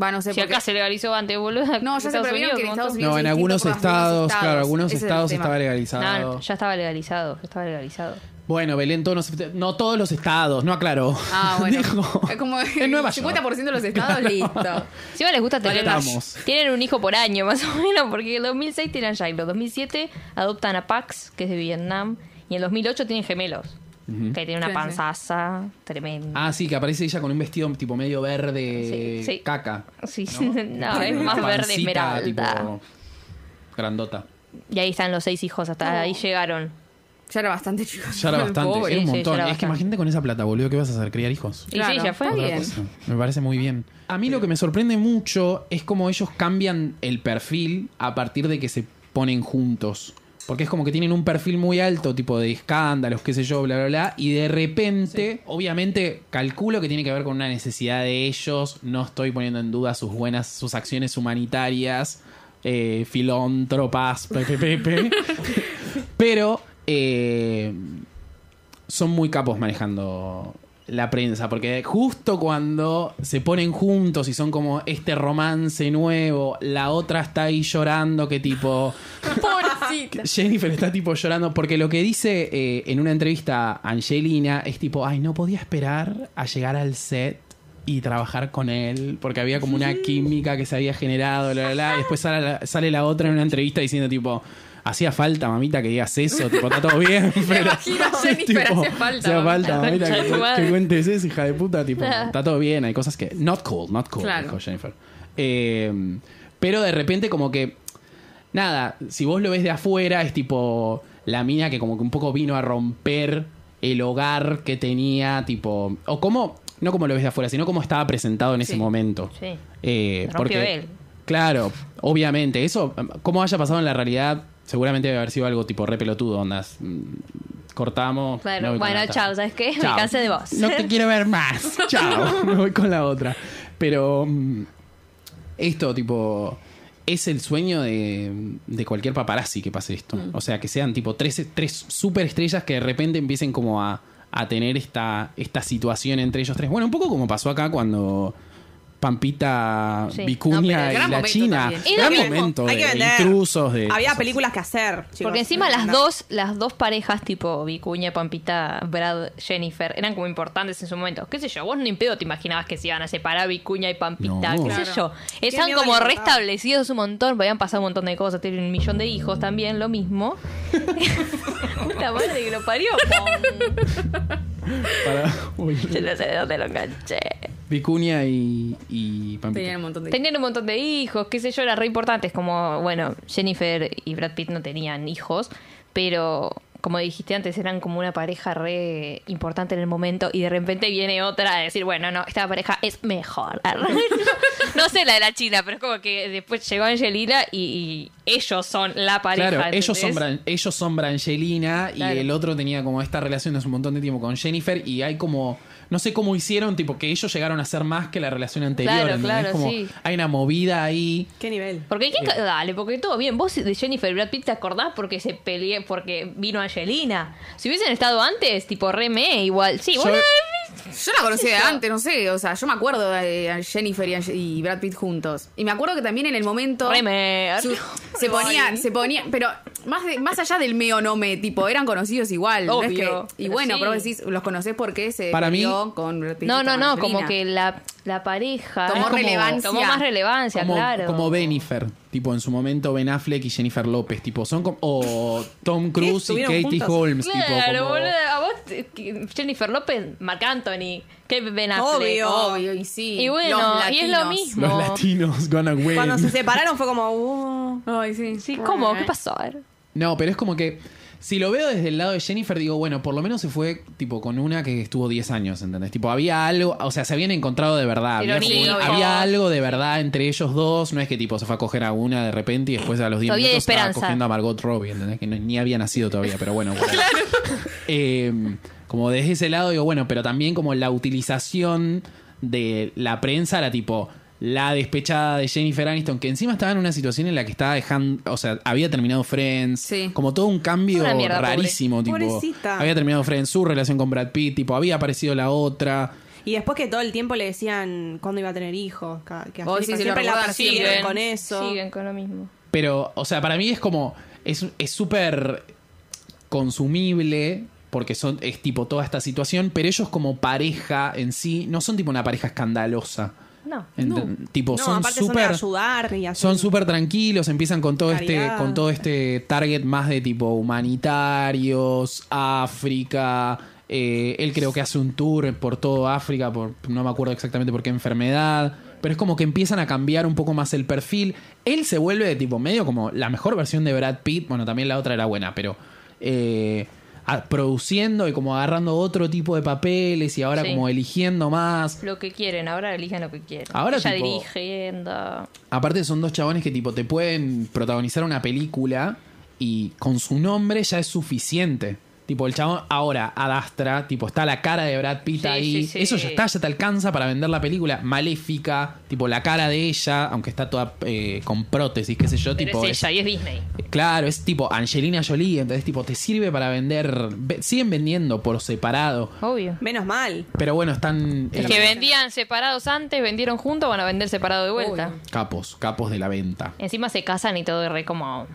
Speaker 2: Va, no sé
Speaker 4: Si
Speaker 2: porque-
Speaker 4: acá se legalizó antes, boludo.
Speaker 2: No, ya se previeron que en Estados Unidos...
Speaker 1: No, en
Speaker 2: es distinto
Speaker 1: algunos
Speaker 2: por los
Speaker 1: estados, claro, algunos
Speaker 2: Ese es el
Speaker 1: estados
Speaker 2: tema.
Speaker 1: estaba legalizado.
Speaker 4: No, ya estaba legalizado, ya estaba legalizado.
Speaker 1: Bueno, Belén, todos los- no todos los estados, no aclaró.
Speaker 2: Ah, bueno.
Speaker 1: Dijo,
Speaker 2: es como
Speaker 1: en Nueva York.
Speaker 2: 50% de los estados, listo.
Speaker 4: Si no les gusta tener
Speaker 1: Acá estamos.
Speaker 4: Tienen un hijo por año, más o menos, porque en 2006 tienen a En 2007 adoptan a Pax, que es de Vietnam. Y en 2008 tienen gemelos. Que tiene
Speaker 2: Sí,
Speaker 4: una
Speaker 2: sí.
Speaker 4: panzaza tremenda.
Speaker 1: Ah, sí, que aparece ella con un vestido tipo medio verde
Speaker 4: Sí, sí.
Speaker 1: caca.
Speaker 4: Sí, no, es
Speaker 1: Ah, Una
Speaker 4: más verde
Speaker 1: pancita,
Speaker 4: esmeralda.
Speaker 1: tipo, grandota.
Speaker 4: Y ahí están los seis hijos, hasta ahí llegaron.
Speaker 2: Ya era bastante, chicos.
Speaker 1: Ya era bastante,
Speaker 4: pobre.
Speaker 1: era un
Speaker 4: Sí, sí,
Speaker 1: montón.
Speaker 4: ya era
Speaker 1: es que
Speaker 4: bastante.
Speaker 1: imagínate con esa plata, boludo, ¿qué vas a hacer? ¿Criar hijos?
Speaker 4: Y
Speaker 2: Claro,
Speaker 4: sí, ya fue.
Speaker 2: está bien.
Speaker 1: Me parece muy bien. A mí lo que me sorprende mucho es como ellos cambian el perfil a partir de que se ponen juntos. Porque es como que tienen un perfil muy alto, tipo de escándalos, qué sé yo, bla, bla, bla. Y de repente, obviamente, calculo que tiene que ver con una necesidad de ellos. No estoy poniendo en duda sus buenas, sus acciones humanitarias, eh, filóntropas, pepe, pepe. Pero eh, son muy capos manejando la prensa, porque justo cuando se ponen juntos y son como este romance nuevo, la otra está ahí llorando, que tipo...
Speaker 2: Pobrecita.
Speaker 1: Jennifer está tipo llorando, porque lo que dice eh, en una entrevista Angelina es tipo, ay, no podía esperar a llegar al set. Y trabajar con él, porque había como una química que se había generado, bla, bla, bla. Y después sale la, sale la otra en una entrevista diciendo, tipo, hacía falta, mamita, que digas eso, tipo, está todo bien. Pero,
Speaker 2: imagino a Jennifer, "Hacía falta,
Speaker 1: "Hacía
Speaker 2: mamita".
Speaker 1: falta, mamita,
Speaker 4: Concha
Speaker 1: que,
Speaker 4: de tu madre.
Speaker 1: que cuentes eso, hija de puta, tipo, está todo bien, hay cosas que... Not cool, not cool,
Speaker 2: Claro.
Speaker 1: dijo Jennifer. Eh, pero de repente como que nada, si vos lo ves de afuera, es tipo la mina que como que un poco vino a romper el hogar que tenía, tipo, o cómo, no como lo ves de afuera, sino como estaba presentado en ese momento.
Speaker 4: Sí.
Speaker 1: Eh,
Speaker 4: Rompió
Speaker 1: porque,
Speaker 4: él.
Speaker 1: Claro, obviamente, eso, como haya pasado en la realidad, seguramente debe haber sido algo tipo re pelotudo, ondas. mm, Cortamos.
Speaker 4: Claro,
Speaker 1: me voy con
Speaker 4: bueno,
Speaker 1: la otra.
Speaker 4: chau, ¿sabes qué? Me
Speaker 1: Chau.
Speaker 4: cansé de vos.
Speaker 1: No te quiero ver más. Chao, me voy con la otra. Pero mm, esto, tipo, es el sueño de, de cualquier paparazzi que pase esto.
Speaker 4: Mm.
Speaker 1: O sea, que sean tipo tres, tres superestrellas que de repente empiecen como a, a tener esta, esta situación entre ellos tres. Bueno, un poco como pasó acá cuando... Pa- Pampita
Speaker 4: Sí.
Speaker 2: No, pero
Speaker 1: Vicuña
Speaker 2: el
Speaker 1: y
Speaker 2: gran
Speaker 1: la
Speaker 2: momento
Speaker 1: China.
Speaker 2: también.
Speaker 3: Era
Speaker 1: Gran
Speaker 3: que-
Speaker 1: momento
Speaker 3: hay que
Speaker 1: de
Speaker 3: vender.
Speaker 1: intrusos. De
Speaker 3: Había películas que hacer, chicos.
Speaker 4: Porque encima las
Speaker 3: No.
Speaker 4: dos, las dos parejas, tipo Vicuña, Pampita, Brad, Jennifer, eran como importantes en su momento. ¿Qué sé yo? Vos ni en pedo te imaginabas que se iban a separar Vicuña y Pampita,
Speaker 1: No.
Speaker 4: qué
Speaker 1: Claro.
Speaker 4: sé yo. Están
Speaker 3: mierda
Speaker 4: como
Speaker 3: le importaba?
Speaker 4: restablecidos un montón, porque habían pasado un montón de cosas, tienen un millón de hijos también, lo mismo. Puta madre que lo parió.
Speaker 1: Para- Uy.
Speaker 4: Yo no sé de dónde lo enganché.
Speaker 1: Vicuña y, y Pampita.
Speaker 2: Tenían un montón de...
Speaker 4: Tenían un montón de hijos, qué sé yo, eran re importantes. Como, bueno, Jennifer y Brad Pitt no tenían hijos, pero como dijiste antes, eran como una pareja re importante en el momento y de repente viene otra a decir, bueno, no, esta pareja es mejor. no sé la de la China, pero es como que después llegó Angelina y, y ellos son la pareja.
Speaker 1: Claro, ellos son,
Speaker 4: ¿entendés?
Speaker 1: Bran- ellos son Brangelina
Speaker 4: Claro.
Speaker 1: y el otro tenía como esta relación hace un montón de tiempo con Jennifer y hay como... No sé cómo hicieron, tipo, que ellos llegaron a ser más que la relación anterior.
Speaker 4: Claro,
Speaker 1: ¿entendés?
Speaker 4: claro,
Speaker 1: como,
Speaker 4: sí.
Speaker 1: Hay una movida ahí.
Speaker 3: ¿Qué nivel?
Speaker 4: Porque ¿quién ca- dale, porque todo bien. Vos de Jennifer Brad Pitt te acordás porque se peleé, porque vino Angelina. Si hubiesen estado antes, tipo Reme, igual. Sí, bueno,
Speaker 2: Yo la conocí de antes, no sé, o sea, yo me acuerdo de a Jennifer y, a- y Brad Pitt juntos. Y me acuerdo que también en el momento
Speaker 4: Reme.
Speaker 2: su- se ponía, se ponía, pero más de- más allá del me o no me, tipo, eran conocidos igual, no es que-
Speaker 4: Obvio,
Speaker 2: y
Speaker 4: pero
Speaker 2: bueno,
Speaker 4: sí.
Speaker 2: pero vos decís, los conocés porque se
Speaker 1: Para mí-
Speaker 2: peleó con Brad Pitt. y
Speaker 4: No,
Speaker 2: con
Speaker 4: no, no, como
Speaker 2: Angelina.
Speaker 4: que la, la pareja
Speaker 2: Tomó
Speaker 4: Es como-
Speaker 2: relevancia.
Speaker 4: tomó más relevancia,
Speaker 1: Como,
Speaker 4: claro.
Speaker 1: como Benifer, tipo en su momento Ben Affleck y Jennifer López, tipo son como o Tom Cruise y
Speaker 3: ¿Estuvieron
Speaker 1: Katie
Speaker 3: juntos?
Speaker 1: Holmes, tipo
Speaker 4: Claro,
Speaker 1: como-
Speaker 4: boludo, a vos eh, que- Jennifer López, Marc Anthony, que Ben Affleck.
Speaker 3: Obvio.
Speaker 2: Obvio, y sí.
Speaker 4: Y bueno,
Speaker 2: los
Speaker 4: y es
Speaker 2: latinos.
Speaker 4: lo mismo.
Speaker 1: los latinos gonna win.
Speaker 3: Cuando se separaron fue como. uh,
Speaker 2: Ay, sí.
Speaker 4: Sí, ¿cómo?
Speaker 2: eh.
Speaker 4: ¿Qué pasó? A ver.
Speaker 1: No, pero es como que si lo veo desde el lado de Jennifer digo, bueno, por lo menos se fue tipo con una que estuvo 10 años, ¿entendés? Tipo había algo, o sea, se habían encontrado de verdad, había,
Speaker 4: Ironía,
Speaker 1: como un-
Speaker 4: obvio.
Speaker 1: había algo de verdad entre ellos dos, no es que tipo se fue a coger a una de repente y después a los 10
Speaker 4: Todavía hay
Speaker 1: minutos estaba
Speaker 4: esperanza.
Speaker 1: cogiendo a Margot Robbie, ¿entendés? Que no- ni había nacido todavía, pero bueno. whatever. Eh, como desde ese lado digo, bueno, pero también como la utilización de la prensa era tipo la despechada de Jennifer Aniston, que encima estaba en una situación en la que estaba dejando, o sea, había terminado Friends,
Speaker 2: Sí.
Speaker 1: como todo un cambio
Speaker 4: Una mierda, pobre.
Speaker 1: rarísimo, tipo,
Speaker 3: Pobrecita.
Speaker 1: había terminado Friends, su relación con Brad Pitt, tipo, había aparecido la otra.
Speaker 3: Y después que todo el tiempo le decían cuándo iba a tener hijos. ca- Que a
Speaker 2: Oh, sí,
Speaker 3: Jennifer
Speaker 2: se lo
Speaker 3: siempre la
Speaker 2: recuerdan,
Speaker 3: persiguen con eso.
Speaker 4: Siguen con lo mismo.
Speaker 1: Pero, o sea, para mí es como. Es es súper consumible. Porque son, es tipo toda esta situación. Pero ellos, como pareja en sí, no son tipo una pareja escandalosa.
Speaker 4: No.
Speaker 1: Enten- Tipo,
Speaker 3: No,
Speaker 1: son
Speaker 3: aparte son de
Speaker 1: súper.
Speaker 3: ayudar y así.
Speaker 1: Son súper tranquilos, empiezan con todo este,
Speaker 3: Caridad.
Speaker 1: con todo este target más de tipo humanitarios, África. eh, él creo que hace un tour por todo África, por, no me acuerdo exactamente por qué enfermedad. Pero es como que empiezan a cambiar un poco más el perfil. Él se vuelve de tipo medio como la mejor versión de Brad Pitt. Bueno, también la otra era buena, pero. eh, a- produciendo y como agarrando otro tipo de papeles y ahora
Speaker 4: Sí.
Speaker 1: como eligiendo más.
Speaker 4: Lo que quieren, ahora eligen lo que quieren.
Speaker 1: Ahora,
Speaker 4: Ella
Speaker 1: tipo-
Speaker 4: dirigiendo.
Speaker 1: Aparte son dos chabones que tipo te pueden protagonizar una película y con su nombre ya es suficiente. Tipo el chabón ahora adastra, tipo está la cara de Brad Pitt
Speaker 4: Sí,
Speaker 1: ahí.
Speaker 4: sí, sí.
Speaker 1: Eso ya está, ya te alcanza para vender la película. Maléfica, tipo la cara de ella, aunque está toda eh, con prótesis, qué sé yo,
Speaker 4: Pero
Speaker 1: tipo
Speaker 4: es ella y es Disney.
Speaker 1: Claro, es tipo Angelina Jolie, entonces tipo te sirve para vender, ve- siguen vendiendo por separado,
Speaker 4: Obvio.
Speaker 3: Menos mal.
Speaker 1: pero bueno, están eh,
Speaker 4: Es que vendían separados antes, vendieron juntos, van a vender separado de vuelta.
Speaker 2: Obvio.
Speaker 1: capos, capos de la venta.
Speaker 4: Encima se casan y todo y re como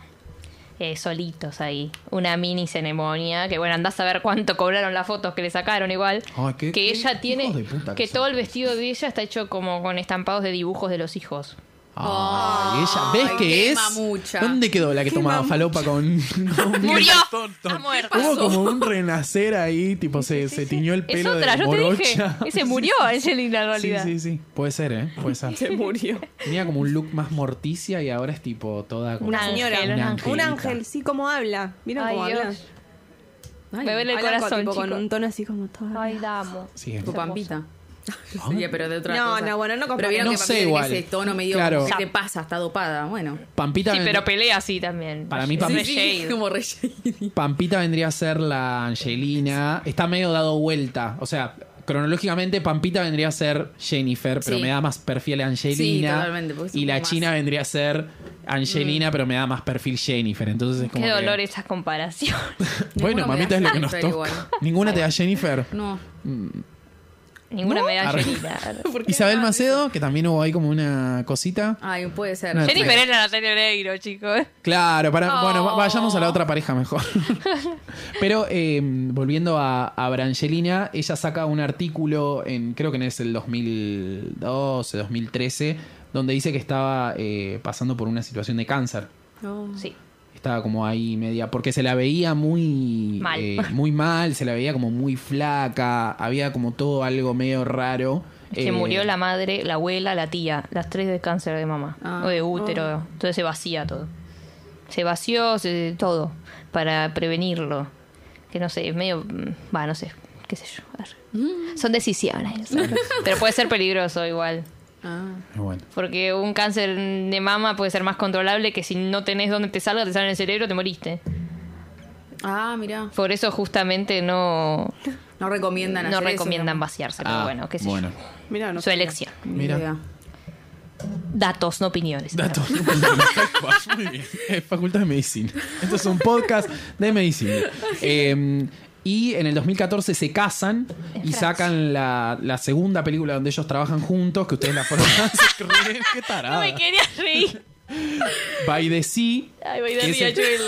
Speaker 4: eh, solitos ahí. Una mini ceremonia. Que bueno, andás a ver cuánto cobraron las fotos que le sacaron igual.
Speaker 1: Ay, qué-
Speaker 4: que
Speaker 1: qué
Speaker 4: ella tiene.
Speaker 1: hijos de puta que
Speaker 4: Que,
Speaker 1: son.
Speaker 4: todo el vestido de ella está hecho como con estampados de dibujos de los hijos.
Speaker 1: Ay, ella, ¿ves
Speaker 2: Ay,
Speaker 1: que
Speaker 2: qué
Speaker 1: es?
Speaker 2: mamucha.
Speaker 1: ¿Dónde quedó la que tomaba falopa con, con
Speaker 4: ¡Murió!
Speaker 1: Thornton?
Speaker 4: ¡Ha muerto!
Speaker 1: Hubo como un renacer ahí, tipo se, se tiñó el
Speaker 4: Es
Speaker 1: pelo
Speaker 4: otra,
Speaker 1: de
Speaker 4: yo te dije.
Speaker 1: morocha.
Speaker 4: que Se murió Angelina en
Speaker 1: Sí,
Speaker 4: realidad.
Speaker 1: sí, sí. Puede ser, ¿eh? Puede ser.
Speaker 3: Se murió.
Speaker 1: Tenía como un look más morticia y ahora es tipo toda como...
Speaker 4: Una
Speaker 3: señora.
Speaker 1: Una
Speaker 4: ángel,
Speaker 1: ángel.
Speaker 4: un ángel.
Speaker 3: Un
Speaker 1: Angelita.
Speaker 3: ángel, sí, cómo habla. ¿Vieron
Speaker 4: Ay,
Speaker 3: cómo habla?
Speaker 4: Dios. Me duele el
Speaker 3: Hablan con-
Speaker 4: corazón,
Speaker 3: tipo, con
Speaker 4: chico.
Speaker 3: un tono así como todo.
Speaker 4: Ay, damo.
Speaker 1: Sí, es
Speaker 2: Tu Pampita. Sería, pero de otra
Speaker 3: No,
Speaker 2: cosa.
Speaker 3: no, bueno, no
Speaker 2: Pero vieron
Speaker 1: No
Speaker 2: que
Speaker 1: sé
Speaker 2: Pampita tiene
Speaker 1: igual.
Speaker 2: ese tono medio
Speaker 1: Claro.
Speaker 2: ¿qué te pasa? Está dopada, bueno.
Speaker 1: Pampita,
Speaker 4: Sí,
Speaker 1: vend-
Speaker 4: pero pelea así también.
Speaker 1: Para mí,
Speaker 4: Es
Speaker 1: Pam-
Speaker 4: re
Speaker 2: Sí,
Speaker 4: shade.
Speaker 2: como re shady.
Speaker 1: Pampita vendría a ser la Angelina. Está medio dado vuelta. O sea, cronológicamente Pampita vendría a ser Jennifer, pero
Speaker 2: Sí.
Speaker 1: me da más perfil
Speaker 2: Sí,
Speaker 1: Angelina.
Speaker 2: totalmente, porque es
Speaker 1: y
Speaker 2: un
Speaker 1: la
Speaker 2: poco
Speaker 1: China vendría a ser Angelina,
Speaker 2: Mm.
Speaker 1: pero me da más perfil Jennifer. Entonces es como
Speaker 4: Qué
Speaker 1: que-
Speaker 4: dolor esa comparación.
Speaker 1: Bueno,
Speaker 2: Ninguno me
Speaker 1: mamita
Speaker 2: da
Speaker 1: es lo que nos
Speaker 2: Jennifer
Speaker 1: toca.
Speaker 2: igual.
Speaker 1: Ninguna te da Jennifer.
Speaker 2: No.
Speaker 4: Ninguna medalla
Speaker 1: Arre.
Speaker 4: ni nada.
Speaker 1: Isabel Macedo, que también hubo ahí como una cosita.
Speaker 2: Ay, puede ser.
Speaker 1: No,
Speaker 4: Jennifer
Speaker 1: sí.
Speaker 4: era Natalia Oreiro, chicos.
Speaker 1: Claro, para, bueno, va- vayamos a
Speaker 4: Oh.
Speaker 1: la otra pareja mejor. Pero eh, volviendo a, a Brangelina, ella saca un artículo, en creo que es el 2012, 2013, donde dice que estaba eh, pasando por una situación de cáncer.
Speaker 4: Sí.
Speaker 1: Estaba como ahí media, porque se la veía muy
Speaker 4: Mal.
Speaker 1: eh, muy mal, se la veía como muy flaca, había como todo algo medio raro.
Speaker 4: Se
Speaker 1: Eh,
Speaker 4: murió la madre, la abuela, la tía, las tres de cáncer de mamá
Speaker 2: Ah.
Speaker 4: o de útero. Entonces se vacía todo. Se vació se- todo para prevenirlo. Que no sé, es medio. mm, Va, no sé, qué sé yo. Arre.
Speaker 2: Mm.
Speaker 4: Son decisiones. Pero puede ser peligroso igual.
Speaker 2: Ah.
Speaker 1: Eh, Bueno,
Speaker 4: Porque un cáncer de mama puede ser más controlable que si no tenés dónde te salga, te sale en el cerebro, te moriste.
Speaker 2: Ah, mirá.
Speaker 4: Por eso justamente no,
Speaker 2: No recomiendan
Speaker 4: no
Speaker 2: hacer eso,
Speaker 4: recomiendan
Speaker 2: digamos.
Speaker 4: vaciarse. Pero
Speaker 1: Ah,
Speaker 4: bueno, qué sé
Speaker 1: bueno.
Speaker 4: yo.
Speaker 3: Mira, no
Speaker 4: Su
Speaker 3: sé.
Speaker 4: elección.
Speaker 2: Ni
Speaker 1: Mira.
Speaker 2: idea.
Speaker 4: Datos, no opiniones.
Speaker 1: Datos. Muy bien. Eh, Facultad de Medicina. Esto es un podcast de medicina. Eh, y en el 2014 se casan y sacan la, la segunda película donde ellos trabajan juntos, que ustedes la fueron a creer. Qué tarada.
Speaker 4: No me quería reír.
Speaker 1: By the Sea.
Speaker 4: Ay, voy de
Speaker 1: que es el-
Speaker 4: Riachuelo.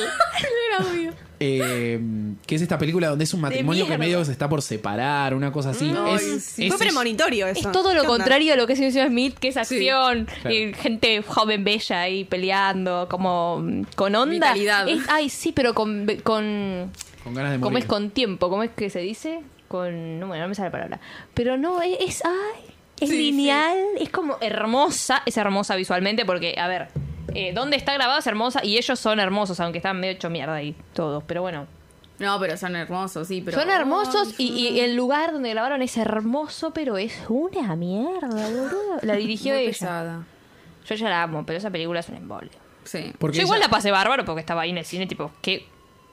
Speaker 1: eh, que es esta película donde es un matrimonio que
Speaker 4: mierda.
Speaker 1: medio se está por separar, una cosa así.
Speaker 3: Ay,
Speaker 1: es,
Speaker 3: sí.
Speaker 1: es-
Speaker 3: Fue premonitorio eso.
Speaker 4: Es todo lo
Speaker 3: ¿Qué onda?
Speaker 4: contrario a lo que es Señor Smith, que es acción,
Speaker 1: Claro.
Speaker 4: y gente joven, bella ahí peleando, como mm, con onda.
Speaker 2: Vitalidad.
Speaker 4: Es- ay, sí, pero con, con
Speaker 1: con ganas de
Speaker 4: como
Speaker 1: morir.
Speaker 4: es con tiempo, ¿cómo es que se dice? Con no, bueno, no me sale la palabra. Pero no, es, es- ay, es lineal, es como hermosa, es hermosa visualmente porque a ver, eh, dónde está grabada es hermosa y ellos son hermosos, aunque están medio hecho mierda ahí todos, pero bueno.
Speaker 2: No, pero son hermosos, sí. Pero...
Speaker 4: Son hermosos y, y el lugar donde grabaron es hermoso, pero es una mierda, boludo. La
Speaker 2: Muy
Speaker 4: dirigió ella.
Speaker 2: pesada.
Speaker 4: Yo ya la amo, pero esa película es un embole.
Speaker 2: Sí.
Speaker 1: Porque
Speaker 4: Yo igual
Speaker 1: ella-
Speaker 4: la pasé bárbaro porque estaba ahí en el cine, tipo, qué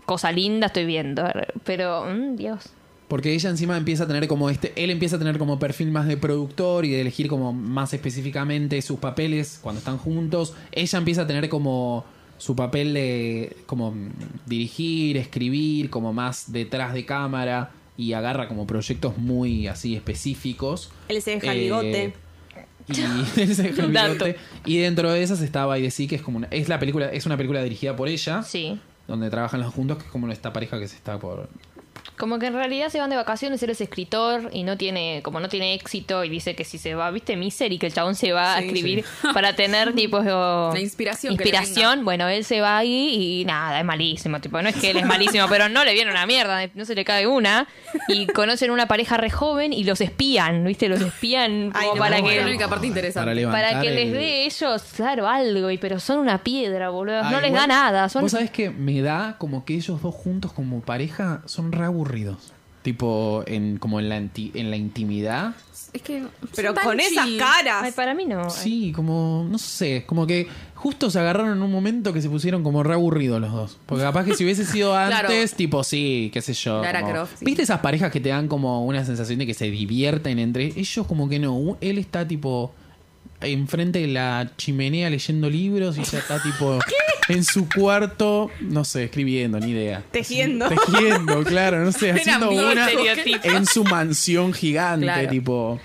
Speaker 4: cosa linda estoy viendo. Pero, mm, Dios.
Speaker 1: Porque ella encima empieza a tener como este, él empieza a tener como perfil más de productor y de elegir como más específicamente sus papeles cuando están juntos. Ella empieza a tener como su papel de como mm, dirigir, escribir, como más detrás de cámara y agarra como proyectos muy así específicos.
Speaker 3: Él se deja el
Speaker 1: Eh,
Speaker 3: bigote.
Speaker 1: Y, él se deja el
Speaker 4: Dato.
Speaker 1: bigote. y dentro de esas estaba y sí que es como una, es la película es una película dirigida por ella
Speaker 4: Sí.
Speaker 1: donde trabajan los juntos que es como esta pareja que se está por
Speaker 4: Como que en realidad se van de vacaciones, él es escritor y no tiene, como no tiene éxito y dice que si se va, viste, Misery, que el chabón se va a escribir para tener tipo
Speaker 2: La inspiración que le
Speaker 4: inspiración. bueno, él se va ahí y nada, es malísimo, tipo, no es que él es malísimo, pero no le viene una mierda, no se le cae una y conocen una pareja re joven y los espían, viste, los espían
Speaker 3: Ay,
Speaker 4: como
Speaker 3: no,
Speaker 4: para
Speaker 2: Es la
Speaker 4: que
Speaker 2: única parte interesante.
Speaker 1: para levantar
Speaker 4: para que les
Speaker 1: el-
Speaker 4: dé ellos, claro, algo, y pero son una piedra, boludo, no
Speaker 1: Ay,
Speaker 4: les
Speaker 1: Ah, igual,
Speaker 4: da nada, son
Speaker 1: Vos sabés que me da como que ellos dos juntos como pareja son re aburridos. Tipo, en, como en la, anti- en la intimidad.
Speaker 2: Es que. son
Speaker 3: Pero
Speaker 2: tan
Speaker 3: con esas
Speaker 2: chill.
Speaker 4: Ay,
Speaker 3: caras.
Speaker 4: para mí
Speaker 2: eh.
Speaker 4: no.
Speaker 1: Sí, como, no sé, como que justo se agarraron en un momento que se pusieron como re aburridos los dos. Porque capaz que si hubiese sido
Speaker 2: Claro.
Speaker 1: antes, tipo, sí, qué sé yo.
Speaker 2: Lara
Speaker 1: como-
Speaker 2: Croft, sí.
Speaker 1: ¿Viste esas parejas que te dan como una sensación de que se divierten entre ellos? Como que no, u- él está tipo enfrente de la chimenea leyendo libros y ella está tipo en su cuarto, no sé, escribiendo, ni idea.
Speaker 3: Tejiendo.
Speaker 1: Tejiendo, claro, no sé, haciendo
Speaker 2: amigos,
Speaker 1: una
Speaker 2: estereotipo.
Speaker 1: en su mansión gigante,
Speaker 2: Claro.
Speaker 1: tipo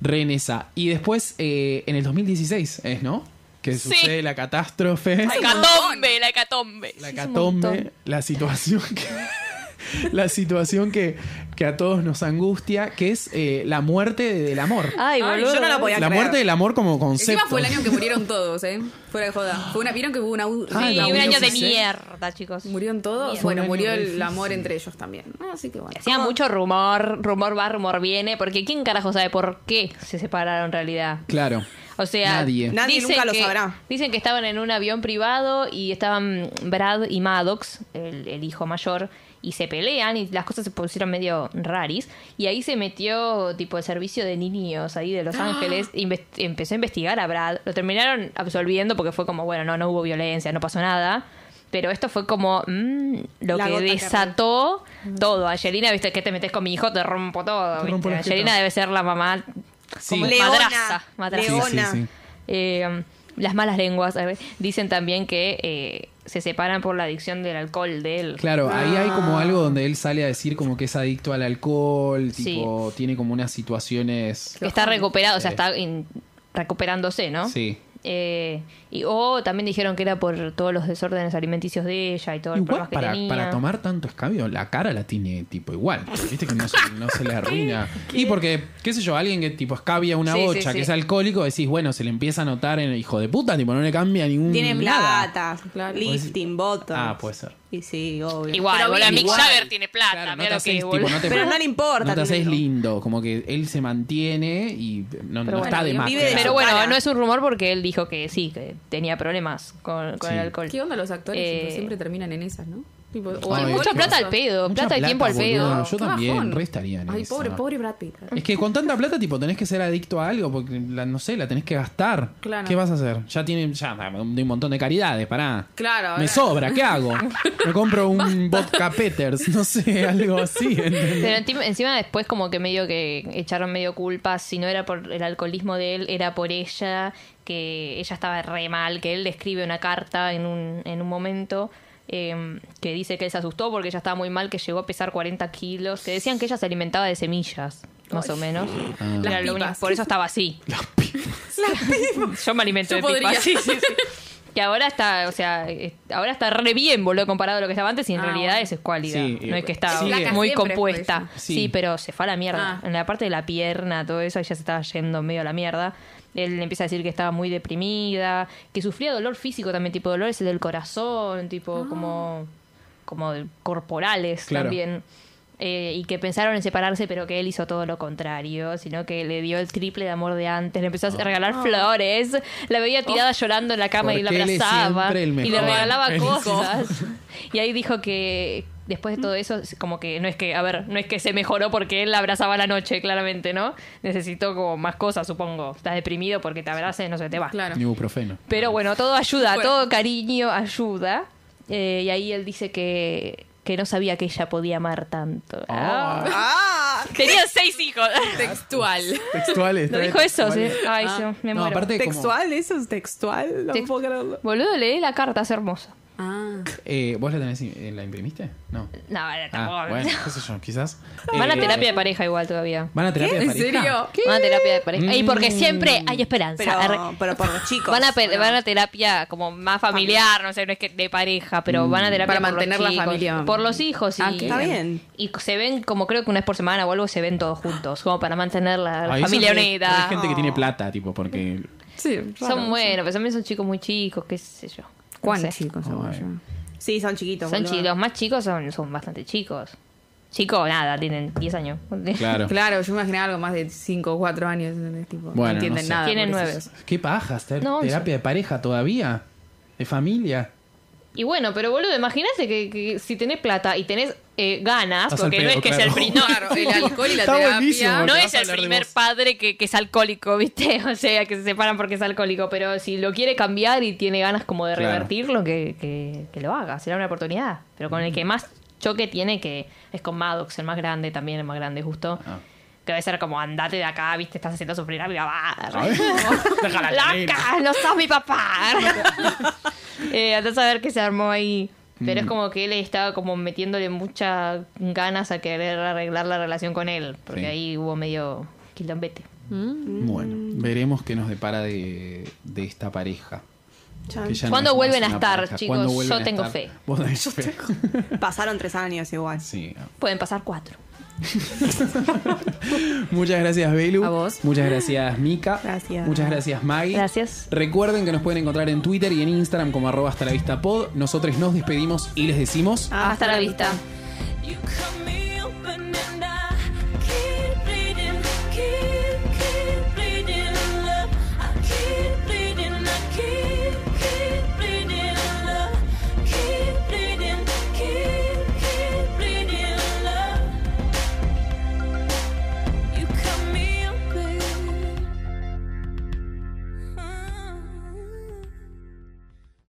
Speaker 1: Renesa. Y después, eh, en el 2016 es, ¿no? Que sucede la catástrofe,
Speaker 4: hecatombe, la hecatombe.
Speaker 1: la catombe, la situación que, la situación que, que a todos nos angustia, que es eh, la muerte de- del amor.
Speaker 4: Ay,
Speaker 3: Ay,
Speaker 4: boludo.
Speaker 3: yo no la podía
Speaker 1: la
Speaker 3: creer.
Speaker 1: muerte del amor como
Speaker 2: Ah,
Speaker 1: concepto.
Speaker 2: Encima fue el año que murieron todos, ¿eh? Fuera de joda. Fue una, ¿Vieron que hubo una. u-
Speaker 1: Ah,
Speaker 4: Sí,
Speaker 1: la
Speaker 4: un
Speaker 1: unión
Speaker 4: año de
Speaker 1: oficial.
Speaker 4: mierda, chicos.
Speaker 2: ¿Murieron todos?
Speaker 1: Fue un
Speaker 2: Bueno,
Speaker 1: año
Speaker 2: murió
Speaker 1: re
Speaker 2: el
Speaker 1: difícil.
Speaker 2: amor entre ellos también. Así que bueno.
Speaker 4: Hacía mucho rumor, rumor va, rumor viene, porque quién carajo sabe por qué se separaron en realidad.
Speaker 1: Claro.
Speaker 4: O sea,
Speaker 1: Nadie.
Speaker 3: Nadie
Speaker 4: dicen
Speaker 3: nunca lo
Speaker 4: que-
Speaker 3: sabrá.
Speaker 4: Dicen que estaban en un avión privado y estaban Brad y Maddox, el, el hijo mayor, y se pelean y las cosas se pusieron medio raris. Y ahí se metió, tipo, el servicio de niños ahí de Los
Speaker 3: ¡Ah!
Speaker 4: Ángeles. inves- empezó a investigar a Brad. Lo terminaron absolviendo porque fue como, bueno, no, no hubo violencia, no pasó nada. Pero esto fue como mm, lo
Speaker 3: La
Speaker 4: que
Speaker 3: gota que
Speaker 4: desató todo. Angelina, viste que te metes con mi hijo, te rompo todo.
Speaker 1: Te rompo
Speaker 4: ¿viste?
Speaker 1: las tetas.
Speaker 4: Angelina debe ser la mamá
Speaker 1: Sí.
Speaker 4: como
Speaker 3: Leona.
Speaker 4: madraza, madraza.
Speaker 1: Sí, sí,
Speaker 3: Leona.
Speaker 1: sí.
Speaker 4: Eh, las malas lenguas a ver, dicen también que eh, se separan por la adicción del alcohol de él.
Speaker 1: Claro, ahí hay como
Speaker 2: Ah.
Speaker 1: algo donde él sale a decir como que es adicto al alcohol,
Speaker 4: Sí.
Speaker 1: tipo, tiene como unas situaciones...
Speaker 4: Que está recuperado, o sea,
Speaker 1: Sí.
Speaker 4: está in- recuperándose, ¿no?
Speaker 1: Sí.
Speaker 4: Eh, y o también dijeron que era por todos los desórdenes alimenticios de ella y todo el
Speaker 1: Igual
Speaker 4: problema que
Speaker 1: para,
Speaker 4: tenía.
Speaker 1: para tomar tanto escabio, la cara la tiene tipo igual. Viste que no se, no se le arruina. Y porque, qué sé yo, alguien que tipo escabia una
Speaker 4: Sí, sí,
Speaker 1: bocha,
Speaker 4: sí.
Speaker 1: que es alcohólico, decís, bueno, se le empieza a notar en hijo de puta, tipo, no le cambia ningún.
Speaker 3: Tiene
Speaker 1: nada.
Speaker 3: plata, lifting, botox.
Speaker 1: Ah, puede ser.
Speaker 3: Y sí, obvio.
Speaker 4: Igual,
Speaker 3: Pero
Speaker 4: boludo,
Speaker 3: bien,
Speaker 4: Mick
Speaker 3: igual.
Speaker 4: Jagger tiene plata,
Speaker 1: Claro, no
Speaker 4: mira
Speaker 1: te
Speaker 4: lo
Speaker 1: haces,
Speaker 4: que
Speaker 1: tipo,
Speaker 4: boludo.
Speaker 1: no te-
Speaker 3: Pero no le importa,
Speaker 1: No te haces
Speaker 3: Tinelli.
Speaker 1: lindo, como que él se mantiene y no, no
Speaker 4: bueno,
Speaker 1: está de más.
Speaker 3: vive de
Speaker 1: claro.
Speaker 4: Pero
Speaker 3: su
Speaker 4: bueno,
Speaker 3: cara.
Speaker 4: no es un rumor porque él dijo que sí, que tenía problemas con, con
Speaker 1: Sí.
Speaker 4: el alcohol.
Speaker 2: ¿Qué onda los actores?
Speaker 4: Eh,
Speaker 2: Tipo, siempre terminan en esas, ¿no? Tipo, o
Speaker 1: Ay,
Speaker 2: alcohol
Speaker 4: Mucha
Speaker 2: o
Speaker 4: plata
Speaker 2: eso.
Speaker 4: al pedo,
Speaker 1: Mucha
Speaker 4: plata y tiempo al
Speaker 1: plata, boludo.
Speaker 4: pedo.
Speaker 2: Qué
Speaker 1: Yo también,
Speaker 2: bajón.
Speaker 1: re estaría en
Speaker 2: Ay,
Speaker 1: esa.
Speaker 2: pobre, pobre Brad Pitt.
Speaker 1: Es que con tanta plata, tipo, tenés que ser adicto a algo, porque la- no sé, la tenés que gastar.
Speaker 2: Claro.
Speaker 1: ¿Qué vas a hacer? Ya tienen, ya, de un montón de caridades, pará.
Speaker 2: Claro,
Speaker 1: Me
Speaker 2: ahora-
Speaker 1: sobra, ¿qué hago? Me compro un vodka Peters, no sé, algo así. ¿entendés?
Speaker 4: Pero encima, encima después como que medio que echaron medio culpas, si no era por el alcoholismo de él, era por ella, que ella estaba re mal, que él le escribe una carta en un, en un momento eh, que dice que él se asustó porque ella estaba muy mal, que llegó a pesar 40 kilos, que decían que ella se alimentaba de semillas, más o menos. Era
Speaker 2: Las
Speaker 4: lo único-
Speaker 2: pipas.
Speaker 4: por eso estaba así. Yo me alimento
Speaker 2: Yo
Speaker 4: de
Speaker 2: podría.
Speaker 4: pipas. Sí, sí, sí. Que ahora está, o sea, eh, ahora está re bien, boludo, comparado a lo que estaba antes y en
Speaker 2: Ah,
Speaker 4: realidad
Speaker 2: bueno.
Speaker 4: eso es cualidad.
Speaker 1: Sí,
Speaker 4: no es que está
Speaker 1: sigue.
Speaker 2: Flaca
Speaker 4: muy
Speaker 2: siempre fue
Speaker 4: compuesta.
Speaker 2: ella.
Speaker 1: Sí.
Speaker 4: Sí. pero se fue a la mierda.
Speaker 2: Ah.
Speaker 4: En la parte de la pierna, todo eso, ella se estaba yendo medio a la mierda. Él le empieza a decir que estaba muy deprimida, que sufría dolor físico también, tipo dolores del corazón, tipo
Speaker 2: Ah.
Speaker 4: como, como de- corporales
Speaker 1: Claro.
Speaker 4: también. Eh, y que pensaron en separarse, pero que él hizo todo lo contrario, sino que le dio el triple de amor de antes, le empezó
Speaker 1: Ah.
Speaker 4: a regalar flores, la veía tirada llorando en la cama y la
Speaker 1: Porque él es
Speaker 4: abrazaba
Speaker 1: siempre el
Speaker 4: y le
Speaker 1: mejor.
Speaker 4: regalaba
Speaker 1: El
Speaker 4: cosas. Y ahí dijo que después de todo eso, como que no es que, a ver, no es que se mejoró porque él la abrazaba a la noche, claramente, ¿no? Necesitó como más cosas, supongo. Estás deprimido porque te abraces, no se te va.
Speaker 2: Claro.
Speaker 1: Ibuprofeno.
Speaker 4: Pero bueno, todo ayuda,
Speaker 2: Bueno.
Speaker 4: todo cariño ayuda. Eh, y ahí él dice que, que no sabía que ella podía amar tanto. Ah.
Speaker 3: Ah,
Speaker 4: Tenía seis hijos.
Speaker 1: Ah,
Speaker 2: Textual.
Speaker 1: Textual,
Speaker 4: Lo
Speaker 1: está
Speaker 4: dijo
Speaker 1: bien,
Speaker 4: eso, sí.
Speaker 1: textual.
Speaker 4: Ay, yo me
Speaker 1: No,
Speaker 4: muero.
Speaker 1: aparte, como,
Speaker 3: textual, eso es textual. No
Speaker 4: Text-
Speaker 3: puedo creerlo.
Speaker 4: Boludo, leí la carta, es hermosa.
Speaker 2: Ah.
Speaker 1: eh, ¿vos la tenés, eh, la imprimiste? No.
Speaker 4: No, tampoco.
Speaker 1: Ah, bueno, qué sé yo, quizás.
Speaker 4: Van a
Speaker 1: Eh,
Speaker 4: terapia de pareja igual todavía.
Speaker 1: ¿Van a terapia de
Speaker 2: ¿En
Speaker 1: pareja?
Speaker 2: serio? Ah,
Speaker 4: Van a terapia de pareja. Y
Speaker 1: Mm.
Speaker 4: porque siempre hay esperanza. Arre.
Speaker 3: Pero, pero por los chicos.
Speaker 4: van, a pe-
Speaker 3: ¿no?
Speaker 4: van a terapia como más familiar, no sé, no es que de pareja, pero
Speaker 1: Mm.
Speaker 4: van a terapia
Speaker 2: Para
Speaker 4: por los
Speaker 2: mantener la
Speaker 4: chicos,
Speaker 2: familia.
Speaker 4: Por los hijos. Y,
Speaker 2: Ah, qué
Speaker 3: Está bien.
Speaker 4: Y se ven como creo que una vez por semana o algo, se ven todos juntos, como para mantener la, la
Speaker 1: Ay, eso
Speaker 4: familia
Speaker 1: es re-
Speaker 4: unida.
Speaker 1: Hay
Speaker 2: Ah,
Speaker 1: gente que tiene plata, tipo, porque.
Speaker 2: Sí,
Speaker 4: Son buenos, pero también son chicos muy chicos, qué sé yo. No
Speaker 2: ¿Cuán
Speaker 4: sé.
Speaker 2: chicos somos
Speaker 1: Ay.
Speaker 2: yo?
Speaker 3: Sí, son chiquitos.
Speaker 4: Son
Speaker 3: boludo.
Speaker 4: chicos, los más chicos son, son bastante chicos. Chicos, nada, tienen 10 años.
Speaker 1: Claro.
Speaker 2: Claro, yo imaginaba algo más de 5 o 4 años. ¿entendés? Tipo,
Speaker 1: Bueno,
Speaker 2: no entienden
Speaker 1: no sé.
Speaker 2: nada.
Speaker 4: Tienen
Speaker 2: por eso.
Speaker 4: nueve.
Speaker 1: ¿Qué pajas? ¿Ter-
Speaker 4: No,
Speaker 1: ¿Terapia de pareja todavía? ¿De familia?
Speaker 4: Y bueno, pero boludo, imagínate que, que si tenés plata y tenés eh, ganas,
Speaker 1: Vas al
Speaker 4: porque no
Speaker 1: pedo,
Speaker 4: es que
Speaker 1: claro.
Speaker 4: sea el, pri- no,
Speaker 2: Claro, el alcohol y la
Speaker 1: Está buenísimo,
Speaker 2: terapia.
Speaker 4: no
Speaker 1: vas
Speaker 4: es
Speaker 1: a
Speaker 4: el
Speaker 1: hablar de
Speaker 4: primer
Speaker 1: vos.
Speaker 4: padre que, que es alcohólico, ¿viste? O sea, que se separan porque es alcohólico, pero si lo quiere cambiar y tiene ganas como de
Speaker 1: Claro.
Speaker 4: revertirlo, que, que- que lo haga, será una oportunidad. Pero con el que más choque tiene, que es con Maddox, el más grande también, el más grande justo.
Speaker 1: Ah.
Speaker 4: Que debe ser como andate de acá, viste, estás haciendo sufrir a mi papá.
Speaker 1: Déjala nena.
Speaker 4: ¡Laca! ¡No sos mi papá! eh, andás a ver qué se armó ahí.
Speaker 1: Mm.
Speaker 4: Pero es como que él estaba como metiéndole muchas ganas a querer arreglar la relación con él. Porque
Speaker 1: Sí.
Speaker 4: ahí hubo medio quilombete. Mm.
Speaker 1: Bueno, veremos qué nos depara de, de esta pareja.
Speaker 3: Chan.
Speaker 1: Que ya no
Speaker 4: Ah. ¿Cuándo
Speaker 1: es más
Speaker 4: vuelven a
Speaker 1: una
Speaker 4: estar,
Speaker 1: pareja.
Speaker 4: chicos?
Speaker 1: ¿Cuándo vuelven
Speaker 4: Yo
Speaker 1: a
Speaker 4: tengo
Speaker 1: estar?
Speaker 4: fe.
Speaker 1: Vos tenés fe.
Speaker 3: Pasaron tres años igual.
Speaker 1: Sí. ah.
Speaker 4: Pueden pasar cuatro.
Speaker 1: Muchas gracias, Belu.
Speaker 2: A vos.
Speaker 1: Muchas gracias, Mika.
Speaker 3: Gracias.
Speaker 1: Muchas gracias, Maggie.
Speaker 4: Gracias.
Speaker 1: Recuerden que nos pueden encontrar en Twitter y en Instagram como
Speaker 4: Ah,
Speaker 1: arroba hasta la vista pod. Nosotros nos despedimos y les decimos...
Speaker 4: Hasta, la vista.
Speaker 7: You come in